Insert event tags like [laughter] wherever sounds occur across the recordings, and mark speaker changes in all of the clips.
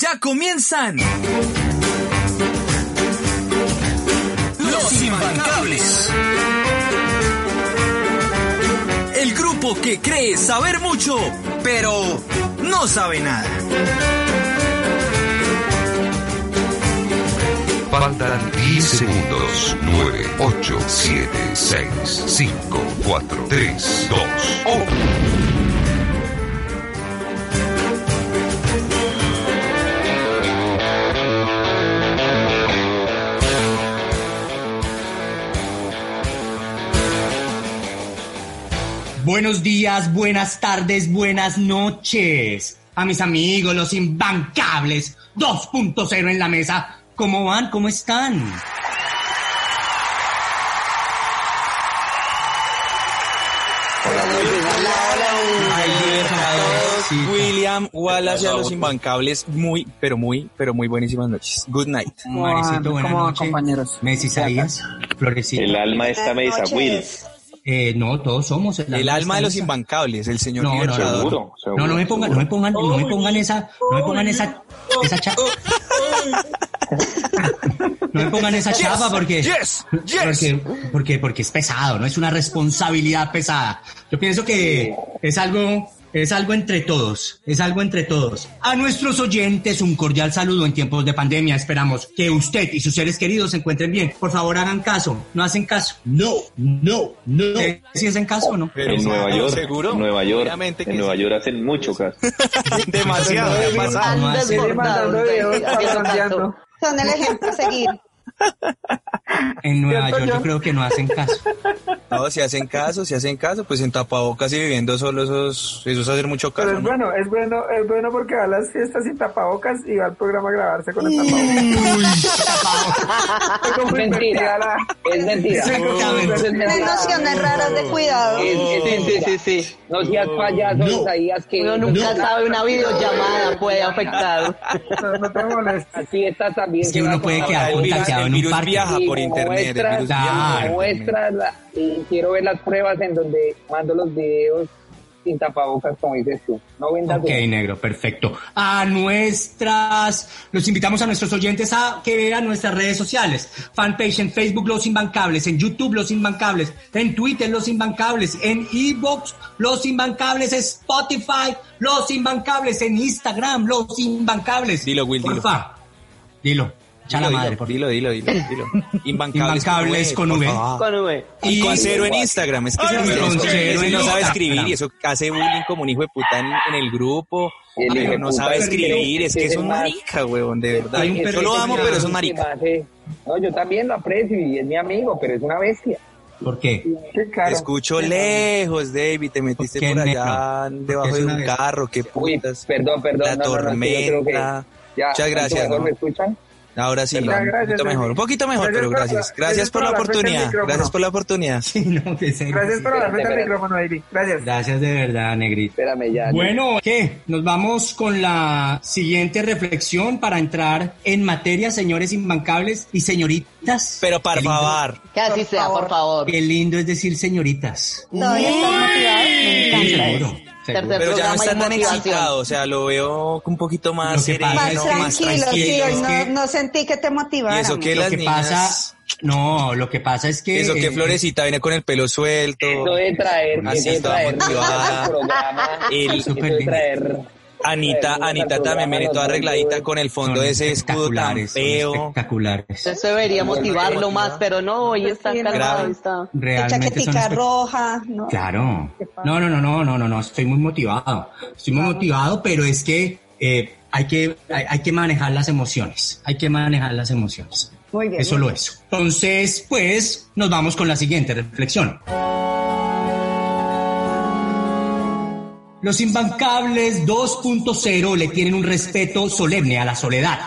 Speaker 1: ya comienzan. Los Imbancables. El grupo que cree saber mucho, pero no sabe nada.
Speaker 2: Faltan 10 segundos. 9, 8, 7, 6, 5, 4, 3, 2,
Speaker 3: Oh,
Speaker 2: 1.
Speaker 4: Buenos días, buenas tardes, buenas noches. A mis amigos, los imbancables 2.0 en la mesa. ¿Cómo van? ¿Cómo están? Sí.
Speaker 5: William Wallace y a los imbancables, muy, pero muy, pero muy buenísimas noches. Good night.
Speaker 4: Marecito, buenas
Speaker 6: ¿Cómo van,
Speaker 4: noches.
Speaker 6: compañeros?
Speaker 4: Messi Isaías, Florecito.
Speaker 7: El alma esta me dice Will.
Speaker 4: Eh, no, todos somos
Speaker 5: El alma de los
Speaker 4: imbancables.
Speaker 5: imbancables, el señor
Speaker 4: No, no, no,
Speaker 5: Libertador.
Speaker 4: no,
Speaker 7: Seguro,
Speaker 4: no,
Speaker 7: seguro,
Speaker 4: no, no me pongan, no me pongan, no me pongan esa, no me pongan esa, esa chapa. No me pongan esa chapa porque,
Speaker 5: yes, yes.
Speaker 4: porque, porque, porque es pesado, no es una responsabilidad pesada. Yo pienso que es algo, es algo entre todos, es algo entre todos. A nuestros oyentes un cordial saludo en tiempos de pandemia. Esperamos que usted y sus seres queridos se encuentren bien. Por favor hagan caso, no hacen caso. No, no, no. Si hacen caso o no.
Speaker 5: Pero
Speaker 7: En Nueva York,
Speaker 5: seguro,
Speaker 7: en Nueva York,
Speaker 5: obviamente que
Speaker 7: en Nueva
Speaker 5: sí.
Speaker 7: York hacen mucho caso.
Speaker 5: demasiado, demasiado.
Speaker 4: No
Speaker 6: Andas
Speaker 4: hace-
Speaker 6: bordado,
Speaker 3: Son el ejemplo a seguir.
Speaker 4: En Nueva York yo creo que no hacen caso.
Speaker 5: No, si hacen caso, si hacen caso, pues en tapabocas y viviendo solo esos, esos hacer mucho
Speaker 8: Pero
Speaker 5: caso.
Speaker 8: es
Speaker 5: ¿no?
Speaker 8: bueno, es bueno, es bueno porque va a las fiestas sin tapabocas y va al programa a grabarse con el tapabocas. Fue como invertida
Speaker 6: Mentira.
Speaker 8: la-
Speaker 6: Es mentira.
Speaker 4: Exactamente.
Speaker 6: Es
Speaker 3: Hay
Speaker 6: mentira.
Speaker 3: nociones raras de cuidado.
Speaker 6: Es- es-
Speaker 9: Sí, sí, sí, sí.
Speaker 6: No seas payaso, Isaías, que
Speaker 9: Uno nunca sabe, una videollamada puede afectar.
Speaker 8: No, no te molestes.
Speaker 6: las fiestas también.
Speaker 4: Es que
Speaker 6: se
Speaker 4: uno
Speaker 6: van a
Speaker 4: puede
Speaker 6: contar.
Speaker 4: quedar
Speaker 5: el virus,
Speaker 4: contagiado en
Speaker 5: el
Speaker 4: un
Speaker 5: virus
Speaker 4: parque.
Speaker 5: viaja
Speaker 6: Y
Speaker 5: por internet, el
Speaker 6: muestras-
Speaker 5: virus
Speaker 4: Claro.
Speaker 5: viaja.
Speaker 6: Me
Speaker 5: por internet.
Speaker 6: muestras la- y quiero ver las pruebas en donde mando los videos sin tapabocas, como dices tú. No vendas
Speaker 4: Ok, negro, perfecto. A nuestras, los invitamos a nuestros oyentes a que vean nuestras redes sociales. Fanpage en Facebook Los Imbancables, en YouTube Los Imbancables, en Twitter Los Imbancables, en Ebox Los Imbancables, Spotify Los Imbancables, en Instagram Los Imbancables.
Speaker 5: Dilo, Will, dilo.
Speaker 4: Porfa. Dilo. Echa la
Speaker 5: Dilo,
Speaker 4: madre,
Speaker 5: dilo,
Speaker 4: por
Speaker 5: dilo, dilo, dilo,
Speaker 4: [laughs]
Speaker 5: dilo. Imbancables,
Speaker 4: Imbancables con
Speaker 5: por
Speaker 4: V.
Speaker 5: favor.
Speaker 9: Con V.
Speaker 4: Y-
Speaker 5: con cero en Instagram. Es que ese
Speaker 4: Ay,
Speaker 5: no-
Speaker 4: con
Speaker 5: ese
Speaker 4: cero en
Speaker 5: no sabe
Speaker 4: Instagram.
Speaker 5: escribir y eso hace bullying como un hijo de puta en, en el grupo.
Speaker 6: El hijo
Speaker 5: Pero
Speaker 6: de
Speaker 5: no
Speaker 6: puta.
Speaker 5: sabe escribir. Es que es
Speaker 6: Ese
Speaker 5: un
Speaker 6: man.
Speaker 5: marica, huevón, de verdad.
Speaker 4: Hay un
Speaker 5: Yo
Speaker 4: perrito
Speaker 5: lo amo,
Speaker 4: que-
Speaker 5: pero es un
Speaker 6: que
Speaker 5: marica.
Speaker 6: más, eh. No, yo también lo aprecio y es mi amigo, pero es una bestia.
Speaker 4: ¿Por qué?
Speaker 8: Qué
Speaker 5: Te
Speaker 8: caro.
Speaker 5: escucho lejos, David. Te metiste
Speaker 4: ¿Por qué
Speaker 5: por
Speaker 4: no?
Speaker 5: allá
Speaker 4: Porque
Speaker 5: debajo
Speaker 4: es
Speaker 5: de
Speaker 4: una
Speaker 5: un
Speaker 4: bestia.
Speaker 5: carro. Qué
Speaker 6: Uy,
Speaker 5: putas.
Speaker 6: perdón, perdón.
Speaker 5: La
Speaker 6: no, no, no, es que yo creo que
Speaker 5: tormenta.
Speaker 6: ya,
Speaker 5: Muchas gracias.
Speaker 6: ¿no?
Speaker 5: ¿no?
Speaker 6: ¿Me escuchan?
Speaker 5: Ahora sí,
Speaker 8: Muchas
Speaker 5: un
Speaker 8: gracias,
Speaker 5: poquito mejor.
Speaker 8: David.
Speaker 5: Un poquito mejor,
Speaker 8: Gracias
Speaker 5: pero
Speaker 8: por la-
Speaker 5: gracias. Gracias por la
Speaker 8: gracias por la fecha del
Speaker 5: oportunidad.
Speaker 8: micrófono.
Speaker 5: Gracias por la oportunidad.
Speaker 4: Sí, no, de serio.
Speaker 8: Gracias por la frente
Speaker 6: espera,
Speaker 8: del
Speaker 6: espera.
Speaker 8: micrófono, David. Gracias.
Speaker 4: Gracias de verdad, negrito.
Speaker 6: Espérame ya.
Speaker 4: Bueno, ¿qué? Nos vamos con la siguiente reflexión para entrar en materia, señores imbancables y señoritas.
Speaker 5: Pero por
Speaker 4: Qué lindo-
Speaker 5: favor.
Speaker 9: Que así sea, por favor. ¿Eh?
Speaker 4: Qué lindo es decir señoritas.
Speaker 3: Todavía están motivados. Me encanta.
Speaker 4: Seguro, seguro.
Speaker 9: Tercer-
Speaker 5: Pero ya no
Speaker 9: programa
Speaker 5: está
Speaker 9: y
Speaker 5: tan
Speaker 9: motivación.
Speaker 5: excitado, o sea, lo veo un poquito más
Speaker 4: Lo que
Speaker 5: sereno,
Speaker 4: pasa
Speaker 3: Más
Speaker 4: es que-
Speaker 5: más
Speaker 3: tranquilo, sí,
Speaker 5: tranquilo.
Speaker 3: hoy
Speaker 4: es que-
Speaker 3: no, no sentí que te motivaron.
Speaker 5: Y eso que
Speaker 4: Lo
Speaker 5: las
Speaker 4: que
Speaker 5: niñas...
Speaker 4: pasa, no, lo que pasa es que...
Speaker 5: Eso que
Speaker 4: eh,
Speaker 5: Florecita viene con el pelo suelto.
Speaker 6: Eso de traer,
Speaker 5: Así
Speaker 6: eso de
Speaker 5: estaba
Speaker 6: traer
Speaker 5: motivada.
Speaker 6: al programa,
Speaker 5: El-
Speaker 6: eso
Speaker 4: Ah, Súper
Speaker 6: de
Speaker 4: bien.
Speaker 6: traer.
Speaker 5: Anita,
Speaker 6: traer al
Speaker 5: Anita
Speaker 6: programa,
Speaker 5: también viene toda
Speaker 6: nos
Speaker 5: arregladita
Speaker 6: trae-
Speaker 5: con el
Speaker 4: son
Speaker 5: fondo de ese escudo tan
Speaker 4: espectaculares, son
Speaker 5: feo.
Speaker 4: Espectaculares.
Speaker 9: Eso debería motivarlo más, pero no, hoy está
Speaker 3: Sí, no.
Speaker 9: calmado. Está.
Speaker 3: De
Speaker 4: Realmente son
Speaker 3: chaquetica
Speaker 4: espect-
Speaker 3: roja, ¿no?
Speaker 4: Claro. No, no, no, no, no, no, no. Estoy muy motivado. Estoy
Speaker 6: Ah.
Speaker 4: muy motivado, pero es que eh, hay que hay, hay que manejar las emociones. Hay que manejar las emociones.
Speaker 3: Muy bien.
Speaker 4: Eso lo es. Entonces, pues, nos vamos con la siguiente reflexión. Los imbancables 2.0 le tienen un respeto solemne a la soledad.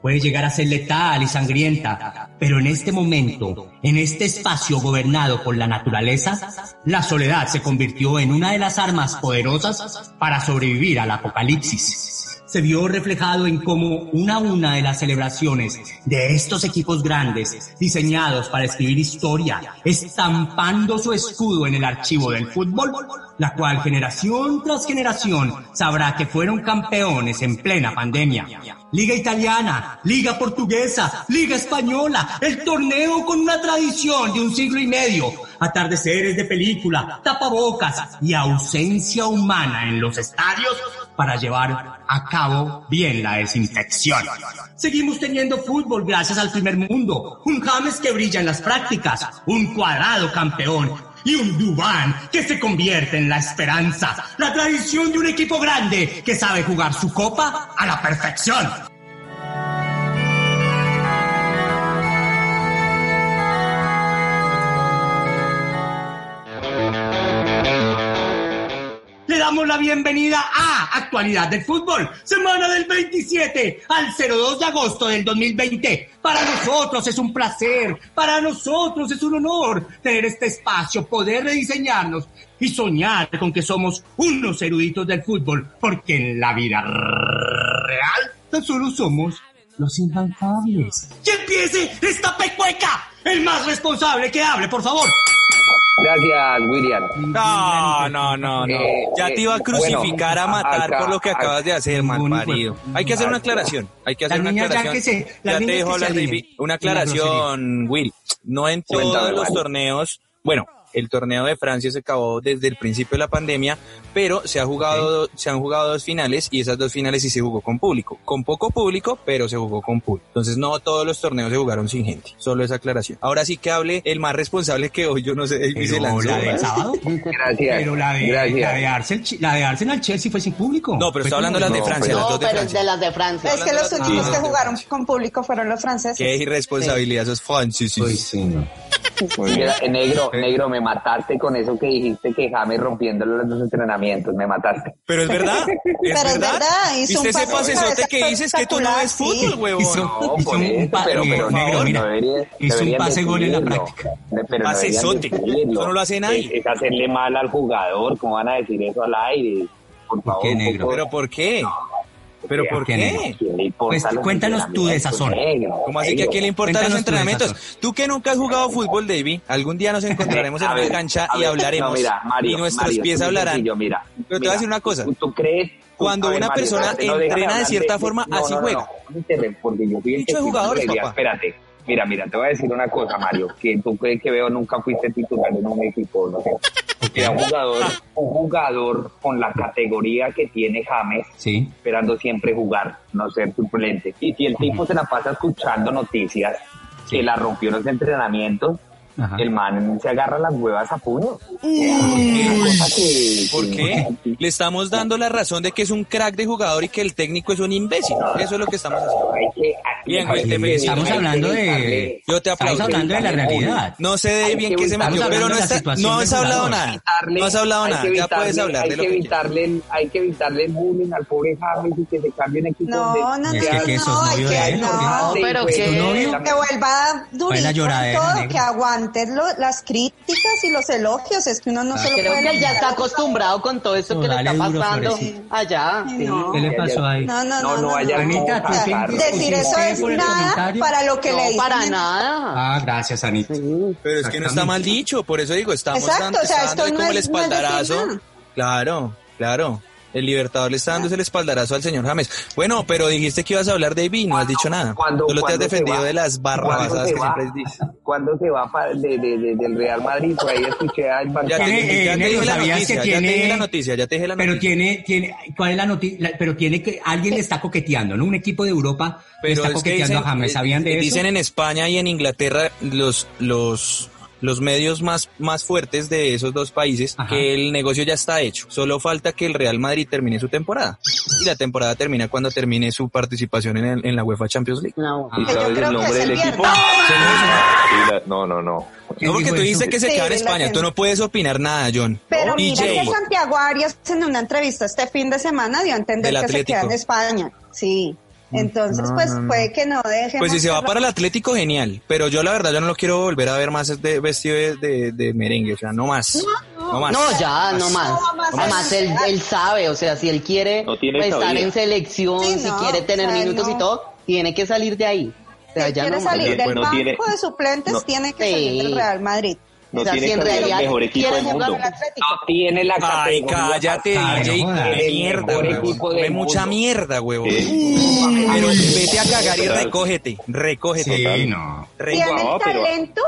Speaker 4: Puede llegar a ser letal y sangrienta, pero en este momento, en este espacio gobernado por la naturaleza, la soledad se convirtió en una de las armas poderosas para sobrevivir al apocalipsis. se vio reflejado en cómo una a una de las celebraciones de estos equipos grandes, diseñados para escribir historia, estampando su escudo en el archivo del fútbol, la cual generación tras generación sabrá que fueron campeones en plena pandemia. Liga italiana, liga portuguesa, liga española, el torneo con una tradición de un siglo y medio, atardeceres de película, tapabocas y ausencia humana en los estadios para llevar a cabo bien la desinfección. Seguimos teniendo fútbol gracias al primer mundo, un James que brilla en las prácticas, un cuadrado campeón, y un Dubán que se convierte en la esperanza, la tradición de un equipo grande que sabe jugar su copa a la perfección. Le damos la bienvenida a Actualidad del Fútbol, semana del 27 al 02 de agosto del 2020. Para nosotros es un placer, para nosotros es un honor tener este espacio, poder rediseñarnos y soñar con que somos unos eruditos del fútbol, porque en la vida real tan solo somos los infantables. ¡Que empiece esta pecueca! El más responsable que hable, por favor.
Speaker 6: Gracias, William.
Speaker 5: No, no, no, no.
Speaker 6: Eh,
Speaker 5: Ya te iba a
Speaker 6: eh,
Speaker 5: crucificar a
Speaker 6: bueno,
Speaker 5: matar
Speaker 6: acá,
Speaker 5: por lo que
Speaker 6: acá.
Speaker 5: acabas de hacer, mal
Speaker 4: Ningún hijo
Speaker 5: marido.
Speaker 4: de-
Speaker 5: Hay que hacer una aclaración. Hay que hacer
Speaker 4: Las
Speaker 5: una
Speaker 4: niñas ya
Speaker 5: aclaración.
Speaker 4: que se- las
Speaker 5: Ya te
Speaker 4: niñas
Speaker 5: dijo
Speaker 4: que
Speaker 5: la
Speaker 4: se
Speaker 5: Rivi.
Speaker 4: ríen.
Speaker 5: Una
Speaker 4: Y la
Speaker 5: aclaración, Will. No en todos
Speaker 6: Cuéntame,
Speaker 5: los
Speaker 6: Mario.
Speaker 5: torneos. Bueno, el torneo de Francia se acabó desde el principio de la pandemia, pero se ha jugado, se han jugado dos finales y esas dos finales sí se jugó con público, con poco público, pero se jugó con público. Entonces no todos los torneos se jugaron sin gente. Solo esa aclaración. Ahora sí que hable el más responsable que hoy yo no sé. David se
Speaker 4: Pero
Speaker 5: lanzó,
Speaker 4: la
Speaker 5: ¿verdad?
Speaker 4: del sábado.
Speaker 6: Gracias.
Speaker 4: Pero la de,
Speaker 6: Gracias.
Speaker 4: la de Arsenal, la de Arsenal Chelsea fue sin público.
Speaker 5: No, pero
Speaker 4: Fue
Speaker 5: está
Speaker 4: con-
Speaker 5: hablando las de
Speaker 6: No,
Speaker 5: Francia,
Speaker 6: pero-
Speaker 5: las dos
Speaker 9: No,
Speaker 5: de
Speaker 9: pero es de
Speaker 5: Francia.
Speaker 9: las de Francia.
Speaker 3: Es que los
Speaker 5: no,
Speaker 3: únicos
Speaker 5: no,
Speaker 3: que
Speaker 5: no.
Speaker 3: jugaron con público fueron los franceses.
Speaker 5: Qué irresponsabilidad, esos franceses.
Speaker 6: Mira, eh, negro, negro, me mataste con eso que dijiste que James rompiendo los dos entrenamientos, me mataste.
Speaker 5: Pero es
Speaker 6: [laughs]
Speaker 5: verdad, es
Speaker 3: Pero es
Speaker 5: verdad.
Speaker 3: verdad, hizo
Speaker 5: ¿Viste
Speaker 3: un
Speaker 5: ese
Speaker 3: pase de
Speaker 5: pasesote
Speaker 3: cabeza
Speaker 5: que dices que tú no ves
Speaker 3: espectacular,
Speaker 5: fútbol,
Speaker 3: sí.
Speaker 5: huevón?
Speaker 4: Hizo-
Speaker 6: No,
Speaker 4: hizo
Speaker 6: por
Speaker 4: un
Speaker 6: eso,
Speaker 4: pa-
Speaker 6: pero, pero
Speaker 4: negro,
Speaker 6: no,
Speaker 4: mira,
Speaker 6: no debería-
Speaker 4: hizo un
Speaker 6: deberían
Speaker 4: pase gol en la
Speaker 6: decirlo.
Speaker 4: práctica.
Speaker 6: De- pero no
Speaker 5: Pasesote.
Speaker 6: deberían decirlo.
Speaker 5: Eso no lo hace nadie.
Speaker 6: Es, es hacerle mal al jugador, ¿cómo van a decir eso al aire? Por favor,
Speaker 4: qué,
Speaker 6: un
Speaker 4: negro?
Speaker 6: poco-
Speaker 5: ¿Pero por qué? ¿Pero por
Speaker 4: ¿Qué,
Speaker 5: qué?
Speaker 4: negro?
Speaker 6: ¿Quién le importa
Speaker 4: Pues,
Speaker 6: los
Speaker 4: cuéntanos tu
Speaker 6: entrenamientos,
Speaker 4: desazón.
Speaker 6: negro?
Speaker 5: ¿Cómo así que a quién le importan los
Speaker 4: Cuéntanos tú,
Speaker 5: entrenamientos?
Speaker 4: Sansón.
Speaker 5: Tú que nunca has jugado fútbol, Davy, algún día nos encontraremos en
Speaker 6: [laughs] A
Speaker 5: una
Speaker 6: ver,
Speaker 5: cancha
Speaker 6: a
Speaker 5: y
Speaker 6: ver,
Speaker 5: hablaremos.
Speaker 6: no, mira, Mario,
Speaker 5: y nuestros
Speaker 6: Mario,
Speaker 5: pies
Speaker 6: es muy
Speaker 5: hablarán.
Speaker 6: sencillo, mira,
Speaker 5: Pero te voy
Speaker 6: mira,
Speaker 5: a decir una cosa.
Speaker 6: ¿Tú, tú crees? tú-
Speaker 5: Cuando
Speaker 6: a ver,
Speaker 5: una
Speaker 6: Mario,
Speaker 5: persona
Speaker 6: espérate, no, déjame
Speaker 5: entrena de
Speaker 6: hablar
Speaker 5: cierta forma,
Speaker 6: no,
Speaker 5: así
Speaker 6: no,
Speaker 5: juega.
Speaker 6: No, no, espérate, porque yo fui el
Speaker 5: Mucho
Speaker 6: que
Speaker 5: de
Speaker 6: fui
Speaker 5: jugadores,
Speaker 6: titular,
Speaker 5: papá.
Speaker 6: Espérate. Mira, mira, te voy a decir una cosa, Mario, que tú crees que veo nunca fuiste titular en un equipo, no sé. Mira, un jugador, un jugador con la categoría que tiene James,
Speaker 4: Sí.
Speaker 6: esperando siempre jugar, no ser suplente. Y si el tipo se la pasa escuchando noticias que la rompió en los entrenamientos,
Speaker 4: Ajá.
Speaker 6: el man se agarra las huevas a puño.
Speaker 5: ¿Por qué?
Speaker 4: [laughs]
Speaker 5: Le estamos dando la razón de que es un crack de jugador y que el técnico es un imbécil. Eso es lo que estamos haciendo. Bien, Juan, te felicito.
Speaker 4: Estamos hablando de.
Speaker 5: Yo te
Speaker 4: Estamos
Speaker 5: aplaudo.
Speaker 4: hablando de la realidad.
Speaker 5: No sé de
Speaker 6: Hay
Speaker 5: bien
Speaker 6: que
Speaker 5: qué se
Speaker 6: evitar-
Speaker 5: metió,
Speaker 6: Estamos
Speaker 5: pero
Speaker 4: hablando
Speaker 5: no,
Speaker 4: de la
Speaker 5: está-
Speaker 4: situación
Speaker 5: no
Speaker 4: del
Speaker 5: has hablado
Speaker 4: jugador.
Speaker 5: nada. No has hablado
Speaker 6: hay
Speaker 5: nada.
Speaker 6: que
Speaker 5: Ya
Speaker 6: evitarle-
Speaker 5: puedes hablar
Speaker 6: hay
Speaker 5: de lo
Speaker 6: que
Speaker 5: que quieras.
Speaker 6: evitarle, el- Hay que evitarle el bullying al pobre James y que se cambie un equipo.
Speaker 3: No,
Speaker 6: donde-
Speaker 3: no, no,
Speaker 4: Es que-
Speaker 3: no,
Speaker 4: que sos
Speaker 3: no, hay
Speaker 4: novio
Speaker 3: que-
Speaker 4: de él,
Speaker 3: no,
Speaker 9: No,
Speaker 6: Sí,
Speaker 9: pero
Speaker 6: pues,
Speaker 9: qué.
Speaker 4: ¿Tu novio?
Speaker 3: que vuelva durito
Speaker 4: Baila
Speaker 3: y
Speaker 4: lloradera,
Speaker 3: todo,
Speaker 4: negro.
Speaker 3: que aguantes lo- las críticas y los elogios, es que uno no se lo
Speaker 9: Ah, Creo
Speaker 3: puede
Speaker 9: que él ya está
Speaker 3: olvidar.
Speaker 9: acostumbrado con todo esto
Speaker 4: No,
Speaker 9: que le está
Speaker 4: dale duro,
Speaker 9: pasando
Speaker 4: Florecita.
Speaker 9: allá.
Speaker 3: No.
Speaker 4: ¿Qué le pasó ahí?
Speaker 3: No, no, no,
Speaker 6: No, no, allá
Speaker 3: no.
Speaker 4: Anita,
Speaker 6: no,
Speaker 3: O sea,
Speaker 6: Carlos.
Speaker 3: Decir eso es
Speaker 4: por el
Speaker 3: nada
Speaker 4: comentario.
Speaker 3: para lo que
Speaker 9: No,
Speaker 3: le dicen.
Speaker 9: para
Speaker 3: en-
Speaker 9: nada.
Speaker 4: Ah, gracias, Anita.
Speaker 5: Pero es que no está mal dicho, por eso digo, estamos
Speaker 3: Exacto,
Speaker 5: dando,
Speaker 3: o sea,
Speaker 5: está
Speaker 3: esto
Speaker 5: dándole
Speaker 3: no
Speaker 5: como el
Speaker 3: es- no es decir
Speaker 5: espaldarazo.
Speaker 3: nada.
Speaker 5: claro, claro. El Libertador le está dando el espaldarazo al señor James. Bueno, pero dijiste que ibas a hablar de Ivy, no has dicho nada.
Speaker 6: cuando-
Speaker 5: Solo te has
Speaker 6: cuando se
Speaker 5: defendido
Speaker 6: va.
Speaker 5: de las barrabasadas
Speaker 6: ¿Cuándo se
Speaker 5: que
Speaker 6: va?
Speaker 5: siempre dices.
Speaker 6: ¿Cuándo se va pa- de, de- de- del Real Madrid? Por ahí escuché a
Speaker 5: Ya te,
Speaker 4: Eh,
Speaker 5: dije-
Speaker 4: eh,
Speaker 5: ya te
Speaker 4: Nelo,
Speaker 5: dije la
Speaker 4: ¿sabías
Speaker 5: noticia,
Speaker 4: que
Speaker 5: ya te dije
Speaker 4: tiene-
Speaker 5: la noticia, ya te dije la
Speaker 4: Pero
Speaker 5: noticia.
Speaker 4: tiene, tiene, ¿cuál es la noticia? Pero tiene que, alguien le está coqueteando, ¿no? Un equipo de Europa le está coqueteando a James.
Speaker 5: eh,
Speaker 4: ¿Sabían de eso?
Speaker 5: dicen en España y en Inglaterra los los los medios más, más fuertes de esos dos países
Speaker 4: Ajá.
Speaker 5: que el negocio ya está hecho. Solo falta que el Real Madrid termine su temporada. Y la temporada termina cuando termine su participación en, el- en la UEFA Champions League.
Speaker 9: No.
Speaker 7: ¿Y
Speaker 3: Que yo
Speaker 7: sabes
Speaker 3: creo
Speaker 7: el
Speaker 3: que es
Speaker 7: nombre del
Speaker 3: el
Speaker 7: equipo?
Speaker 3: viernes.
Speaker 7: Sí, la- No, no, no.
Speaker 4: ¿Quién
Speaker 5: No porque
Speaker 4: dijo eso?
Speaker 5: tú dices que se
Speaker 3: Sí,
Speaker 5: queda en
Speaker 3: la
Speaker 5: España.
Speaker 3: gente.
Speaker 5: Tú no puedes opinar nada, John.
Speaker 3: Pero mira
Speaker 5: DJ.
Speaker 3: que Santiago Arias en una entrevista este fin de semana dio a entender
Speaker 5: Del
Speaker 3: que se
Speaker 5: Atlético. Mm,
Speaker 3: queda en España. Sí. Entonces, pues puede que no deje.
Speaker 5: Pues si se va para el Atlético, genial. Pero yo la verdad, yo no lo quiero volver a ver más de vestido de, de- de merengue. O sea, no más. No, No más.
Speaker 9: No, ya, no más.
Speaker 5: Más.
Speaker 3: No más.
Speaker 9: Además, él, él sabe, o sea, si él quiere pues,
Speaker 7: No tiene
Speaker 9: estar
Speaker 7: cabida.
Speaker 9: en selección,
Speaker 3: Sí,
Speaker 9: si
Speaker 3: no,
Speaker 9: quiere tener
Speaker 3: o sea,
Speaker 9: minutos y
Speaker 3: no.
Speaker 9: todo, tiene que salir de ahí. O sea,
Speaker 3: Si
Speaker 9: ya
Speaker 3: quiere
Speaker 9: no más.
Speaker 3: salir del
Speaker 7: Bueno,
Speaker 3: banco
Speaker 7: tiene-
Speaker 3: de suplentes,
Speaker 7: no.
Speaker 3: tiene que
Speaker 9: Sí.
Speaker 3: salir del Real Madrid.
Speaker 7: No
Speaker 9: O sea,
Speaker 7: tiene
Speaker 9: si en
Speaker 7: que ser el
Speaker 9: realidad
Speaker 7: mejor equipo
Speaker 9: quiere
Speaker 7: del
Speaker 9: jugar
Speaker 7: mundo.
Speaker 9: en el Atlético.
Speaker 6: No tiene la
Speaker 5: Ay,
Speaker 6: categoría
Speaker 5: cállate,
Speaker 6: para-
Speaker 5: DJ,
Speaker 4: Claro,
Speaker 5: come
Speaker 6: el
Speaker 5: mierda,
Speaker 6: mejor
Speaker 5: huevón.
Speaker 6: equipo del
Speaker 5: Come
Speaker 6: mundo.
Speaker 5: mucha mierda, huevón.
Speaker 7: Sí.
Speaker 5: Pero vete a cagar y
Speaker 7: Total.
Speaker 5: recógete, recógete.
Speaker 4: Sí, no.
Speaker 5: Re-
Speaker 3: Tiene
Speaker 7: No,
Speaker 3: el
Speaker 7: pero-
Speaker 3: talento,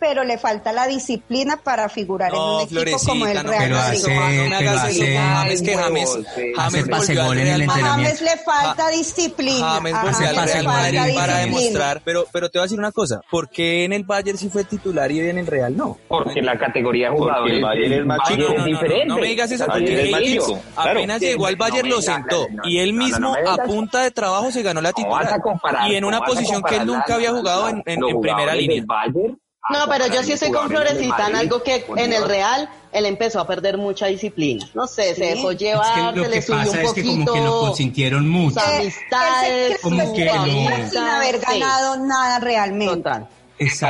Speaker 3: pero le falta la disciplina para figurar en
Speaker 5: No,
Speaker 3: un equipo
Speaker 5: Florecita,
Speaker 3: como el
Speaker 5: no,
Speaker 3: Real
Speaker 4: pero
Speaker 3: Madrid.
Speaker 4: hace-
Speaker 5: no me hagas
Speaker 4: pero
Speaker 5: eso,
Speaker 4: hace-
Speaker 5: James, que James,
Speaker 7: Oh,
Speaker 6: Huevos, sí.
Speaker 4: Hace
Speaker 5: James
Speaker 4: pase
Speaker 5: volvió al
Speaker 4: gol en el
Speaker 5: Real Madrid.
Speaker 3: A
Speaker 4: entrenamiento.
Speaker 3: James le falta
Speaker 5: Ja-
Speaker 3: disciplina.
Speaker 5: James
Speaker 3: a
Speaker 5: volvió al
Speaker 3: James
Speaker 5: Real
Speaker 3: le falta
Speaker 5: Madrid para
Speaker 3: disciplina.
Speaker 5: demostrar. Pero, pero te voy a decir una cosa, ¿por qué en el Bayern sí fue titular y en el Real no?
Speaker 6: Porque la categoría de
Speaker 7: Porque
Speaker 6: jugadores
Speaker 7: el Bayern es más
Speaker 6: del
Speaker 7: chico. No,
Speaker 6: Bayern es
Speaker 7: no, no, no,
Speaker 6: diferente.
Speaker 5: no me digas eso,
Speaker 6: El
Speaker 7: porque
Speaker 6: Bayern es
Speaker 7: él
Speaker 6: más
Speaker 7: hizo.
Speaker 6: chico.
Speaker 7: Claro.
Speaker 5: Apenas llegó al
Speaker 6: No
Speaker 5: Bayern
Speaker 6: me
Speaker 5: lo
Speaker 6: digas,
Speaker 5: sentó
Speaker 6: no, no,
Speaker 5: y él
Speaker 6: no, no,
Speaker 5: mismo
Speaker 6: no me digas
Speaker 5: a
Speaker 6: eso.
Speaker 5: punta de trabajo se ganó la
Speaker 6: No vas a
Speaker 5: titular
Speaker 6: comparar.
Speaker 5: y en
Speaker 6: no
Speaker 5: una
Speaker 6: vas a
Speaker 5: posición que él
Speaker 6: comparar
Speaker 5: nunca
Speaker 6: la-
Speaker 5: había jugado en, en-
Speaker 6: los
Speaker 5: en primera
Speaker 6: jugadores
Speaker 5: línea.
Speaker 6: del
Speaker 9: No,
Speaker 6: Bayern a
Speaker 9: pero yo
Speaker 6: comparar
Speaker 9: sí estoy
Speaker 6: los
Speaker 9: con
Speaker 6: jugadores del
Speaker 9: Florecita en
Speaker 6: Madrid
Speaker 9: algo que
Speaker 6: con
Speaker 9: en el
Speaker 6: los-
Speaker 9: Real él empezó a perder mucha disciplina. No sé, se
Speaker 3: Sí.
Speaker 9: dejó llevar,
Speaker 4: lo
Speaker 9: se
Speaker 4: que
Speaker 9: le subió
Speaker 4: pasa
Speaker 9: un
Speaker 4: es que como que lo
Speaker 9: poquito
Speaker 4: consintieron mucho.
Speaker 9: sus
Speaker 3: Eh,
Speaker 9: amistades,
Speaker 3: él se
Speaker 4: como
Speaker 3: creyó
Speaker 4: que
Speaker 3: que
Speaker 4: no.
Speaker 3: sin haber ganado nada realmente.
Speaker 9: total.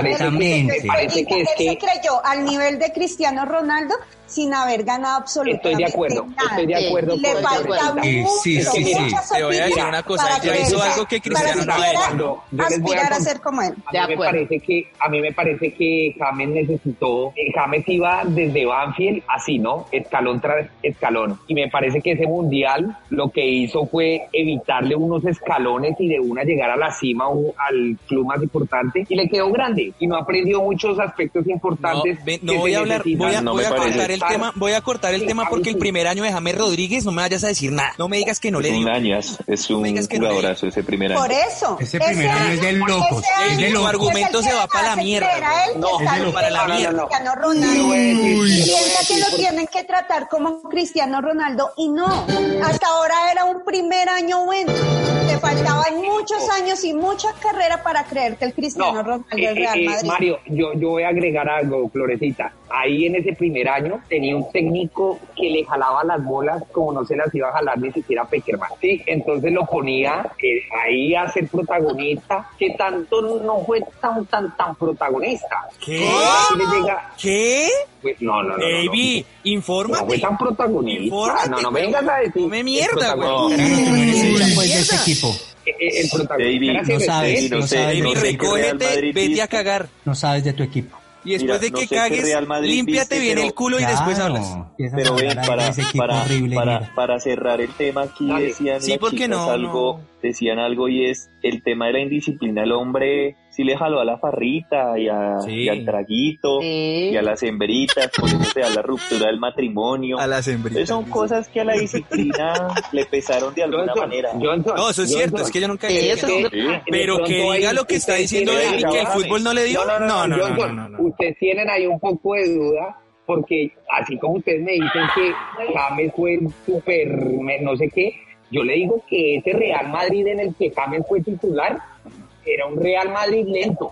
Speaker 4: Exactamente.
Speaker 6: Parece que
Speaker 3: él
Speaker 6: es
Speaker 3: se
Speaker 6: que-
Speaker 3: creyó al nivel de Cristiano Ronaldo sin haber ganado absolutamente
Speaker 6: Estoy de acuerdo,
Speaker 3: nada.
Speaker 6: estoy de acuerdo.
Speaker 3: Le
Speaker 6: con-
Speaker 3: falta
Speaker 9: acuerdo.
Speaker 3: mucho,
Speaker 4: Sí,
Speaker 6: sí, sí.
Speaker 3: muchas
Speaker 5: Te voy a decir
Speaker 3: opiniones
Speaker 5: una cosa,
Speaker 3: para
Speaker 5: ella
Speaker 3: que
Speaker 5: hizo
Speaker 3: él-
Speaker 5: algo que
Speaker 3: para
Speaker 5: Cristiano no
Speaker 3: siquiera
Speaker 5: era.
Speaker 6: Yo les voy a
Speaker 3: aspirar a
Speaker 6: contar-
Speaker 3: ser como él.
Speaker 9: De
Speaker 6: a mí me
Speaker 9: acuerdo.
Speaker 6: parece que a mí me parece que James necesitó eh, James iba desde Banfield así no escalón tras escalón y me parece que ese mundial lo que hizo fue evitarle unos escalones y de una llegar a la cima o al club más importante y le quedó grande y no aprendió muchos aspectos
Speaker 5: No,
Speaker 6: importantes
Speaker 5: ven,
Speaker 6: que
Speaker 5: no
Speaker 6: se
Speaker 5: voy a hablar,
Speaker 6: necesitan.
Speaker 5: voy a,
Speaker 7: no
Speaker 5: voy
Speaker 7: me
Speaker 5: a
Speaker 7: parece.
Speaker 5: cortar el tema, voy a cortar el
Speaker 6: Sí,
Speaker 5: tema
Speaker 6: ahí
Speaker 5: porque el
Speaker 6: sí.
Speaker 5: primer año de James Rodríguez no me vayas a decir nada. No me digas que no le
Speaker 7: Es un
Speaker 5: dio.
Speaker 7: añas, es
Speaker 5: No me
Speaker 7: un
Speaker 5: digas que no le dio.
Speaker 7: jugadorazo ese primer año.
Speaker 3: Por eso.
Speaker 4: Ese primer año es de locos,
Speaker 3: ese
Speaker 5: es de
Speaker 3: año es el
Speaker 5: locos. argumento se
Speaker 3: que
Speaker 5: va para la
Speaker 3: hace
Speaker 5: mierda.
Speaker 3: creer a él que
Speaker 6: No,
Speaker 3: está
Speaker 4: es de
Speaker 3: al
Speaker 5: para la
Speaker 3: nivel de
Speaker 5: mierda.
Speaker 3: Cristiano Ronaldo.
Speaker 6: Uy.
Speaker 3: Y piensa que lo tienen que tratar como Cristiano Ronaldo y no. Hasta ahora era un primer año bueno. Le faltaban muchos años y mucha carrera para creer que el Cristiano Ronaldo
Speaker 6: eh,
Speaker 3: es Real
Speaker 6: eh, eh,
Speaker 3: Madrid.
Speaker 6: Mario, yo, yo voy a agregar algo, Florecita. Ahí en ese primer año tenía un técnico que le jalaba las bolas como no se las iba a jalar ni siquiera Peckerman. Sí, entonces lo ponía eh, ahí a ser protagonista, que tanto no fue tan, tan, tan protagonista.
Speaker 5: ¿Qué?
Speaker 6: Ahí le llega-
Speaker 5: ¿Qué?
Speaker 6: pues, no, no, no, no, no.
Speaker 5: Baby,
Speaker 6: No fue
Speaker 5: infórmate.
Speaker 6: tan protagonista.
Speaker 5: Infórmate,
Speaker 6: No, no me
Speaker 5: güey.
Speaker 6: vengas a decir.
Speaker 5: Come mierda,
Speaker 6: el
Speaker 5: güey.
Speaker 6: protagonista
Speaker 4: Claro, tú no eres
Speaker 5: Uy,
Speaker 4: hincha, pues, de este
Speaker 5: mierda.
Speaker 4: equipo.
Speaker 6: era- El
Speaker 7: Baby,
Speaker 6: protagonista. era
Speaker 4: no sabes,
Speaker 6: Cerecer.
Speaker 7: Baby, no
Speaker 4: no
Speaker 7: sé,
Speaker 4: sabes.
Speaker 5: Baby,
Speaker 7: no sé qué Real
Speaker 5: recógete,
Speaker 7: Madrid
Speaker 5: vete a
Speaker 7: dice.
Speaker 5: cagar.
Speaker 4: No sabes de tu equipo.
Speaker 5: Y después
Speaker 7: Mira,
Speaker 5: de
Speaker 7: no
Speaker 5: que
Speaker 7: sé qué
Speaker 5: cagues,
Speaker 7: Real Madrid
Speaker 5: límpiate
Speaker 7: viste,
Speaker 5: bien
Speaker 7: pero-
Speaker 5: el culo y después
Speaker 4: Claro,
Speaker 5: hablas.
Speaker 4: empiezas
Speaker 7: Pero
Speaker 4: a
Speaker 7: ven,
Speaker 4: hablar ahí de
Speaker 7: para,
Speaker 4: ese equipo
Speaker 7: para,
Speaker 4: horrible,
Speaker 7: para,
Speaker 4: mira.
Speaker 7: para cerrar el tema, aquí
Speaker 6: Dale.
Speaker 7: decían
Speaker 5: Sí,
Speaker 7: las
Speaker 5: porque
Speaker 7: chicas
Speaker 5: no,
Speaker 7: algo,
Speaker 5: no.
Speaker 7: decían algo y es el tema de la indisciplina, el hombre sí le jaló a la farrita y, a-
Speaker 5: Sí.
Speaker 7: y al traguito
Speaker 9: Sí.
Speaker 7: y a las hembritas, por eso se da la ruptura del matrimonio.
Speaker 5: A las
Speaker 7: Entonces
Speaker 5: hembritas.
Speaker 7: son cosas que a la
Speaker 4: [laughs]
Speaker 7: disciplina le pesaron de alguna
Speaker 6: Johnson,
Speaker 7: manera.
Speaker 6: Johnson,
Speaker 5: No, eso es cierto,
Speaker 6: Johnson.
Speaker 5: es que yo nunca
Speaker 9: Sí,
Speaker 5: dije
Speaker 9: eso
Speaker 5: que-
Speaker 9: es un-
Speaker 7: Sí.
Speaker 5: Pero que diga lo que está diciendo
Speaker 7: tienen
Speaker 5: David, que el
Speaker 7: acabadas.
Speaker 5: fútbol no le dio. No, no, no, no,
Speaker 6: Johnson,
Speaker 5: no, no.
Speaker 6: Ustedes tienen ahí un poco de duda, porque así como ustedes me dicen que James fue el super, me- no sé qué, yo le digo que ese Real Madrid en el que James fue titular era un Real Madrid lento.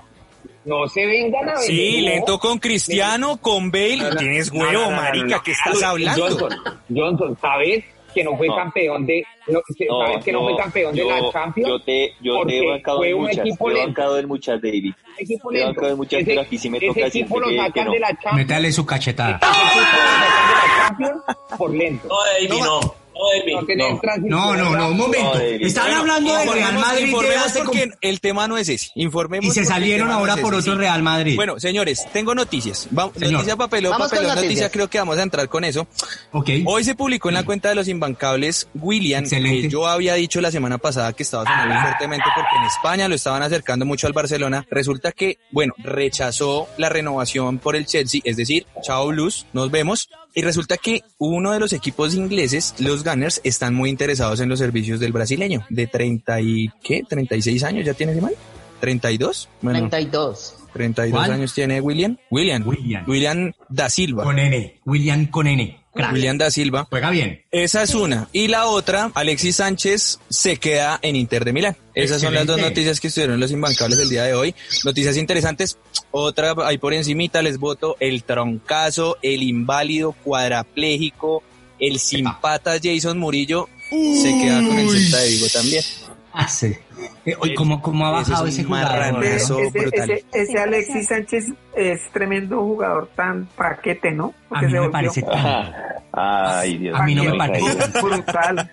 Speaker 6: No se vengan a ver.
Speaker 5: Sí, lento con Cristiano, con Bale. y Tienes huevo, marica, ¿qué estás hablando?
Speaker 6: Johnson, Johnson, ¿sabes que no fue
Speaker 7: No.
Speaker 6: campeón de no, que-
Speaker 7: No,
Speaker 6: sabes que no, fue
Speaker 7: yo-
Speaker 6: campeón de
Speaker 7: yo-
Speaker 6: la Champions?
Speaker 7: Yo te, yo te
Speaker 6: Porque
Speaker 7: he bancado
Speaker 6: fue
Speaker 7: en
Speaker 6: un
Speaker 7: muchas,
Speaker 6: equipo
Speaker 7: te he
Speaker 6: lento.
Speaker 7: bancado en muchas, David.
Speaker 6: equipo
Speaker 7: Te he
Speaker 6: lento.
Speaker 7: bancado en muchas,
Speaker 6: Ese-
Speaker 7: pero aquí sí me
Speaker 6: ese
Speaker 7: toca
Speaker 6: equipo
Speaker 7: decirte
Speaker 6: lo
Speaker 7: que- que
Speaker 6: sacan
Speaker 7: no.
Speaker 6: de la Champions.
Speaker 4: Métale su cachetada.
Speaker 6: Ese equipo lo sacan de la Champions por lento.
Speaker 10: No, David, no. No,
Speaker 6: No
Speaker 10: David,
Speaker 6: tenés
Speaker 10: no.
Speaker 6: transición.
Speaker 4: No, no, no, un momento.
Speaker 7: Ay,
Speaker 4: Están
Speaker 5: Bueno, eh,
Speaker 4: hablando del
Speaker 5: informemos-
Speaker 4: Real Madrid de
Speaker 5: Informemos
Speaker 4: hace
Speaker 5: porque
Speaker 4: como-
Speaker 5: el tema no es ese. Informemos
Speaker 4: y se
Speaker 5: porque el
Speaker 4: salieron
Speaker 5: tema no
Speaker 4: ahora
Speaker 5: es
Speaker 4: por
Speaker 5: ese,
Speaker 4: otro
Speaker 5: sí.
Speaker 4: Real Madrid.
Speaker 5: Bueno, señores, tengo noticias. Va-
Speaker 4: Señor.
Speaker 5: Noticia papelón,
Speaker 9: Vamos con
Speaker 5: papelón, noticia,
Speaker 9: noticias.
Speaker 5: creo que vamos a entrar con eso.
Speaker 4: ok.
Speaker 5: Hoy se publicó en la cuenta de los imbancables William,
Speaker 4: Excelente. Ah.
Speaker 5: que yo había dicho la semana pasada que estaba sonando fuertemente porque en España lo estaban acercando mucho al Barcelona. Resulta que, bueno, rechazó la renovación por el Chelsea, es decir, chao Blues, nos vemos. Y resulta que uno de los equipos ingleses, los Gunners, están muy interesados en los servicios del brasileño, de 30 y, ¿qué? 36 años, ¿ya tiene ese mal? 32, bueno,
Speaker 9: 32.
Speaker 5: 32
Speaker 4: ¿Cuál?
Speaker 5: años tiene William, William,
Speaker 4: William.
Speaker 5: William da Silva,
Speaker 4: Con N. William con N. Crack.
Speaker 5: William da Silva.
Speaker 4: Juega bien.
Speaker 5: Esa es una. Y la otra, Alexis Sánchez se queda en Inter de Milán. Esas son las dos
Speaker 4: Excelente.
Speaker 5: noticias que estuvieron en los imbancables el día de hoy. Noticias interesantes. Otra, ahí por encimita les voto el troncazo, el inválido cuadrapléjico, el sin patas Jason Murillo se queda con el Celta de Vigo también.
Speaker 4: Hace. Eh, hoy, ¿cómo, cómo ha
Speaker 5: Ese es
Speaker 4: bajado
Speaker 5: un
Speaker 4: ese jugador?
Speaker 8: Ese-
Speaker 5: marranazo. Eso,
Speaker 8: ese,
Speaker 5: brutal.
Speaker 8: ese- ese Alexis Sánchez es tremendo jugador, tan paquete, ¿no?
Speaker 4: A mí
Speaker 8: se
Speaker 4: me
Speaker 8: volvió
Speaker 4: parece tan...
Speaker 7: [laughs] Ay, Dios
Speaker 4: A mí no me
Speaker 7: mío,
Speaker 4: parece.
Speaker 7: Isaías.
Speaker 6: [laughs]
Speaker 8: brutal.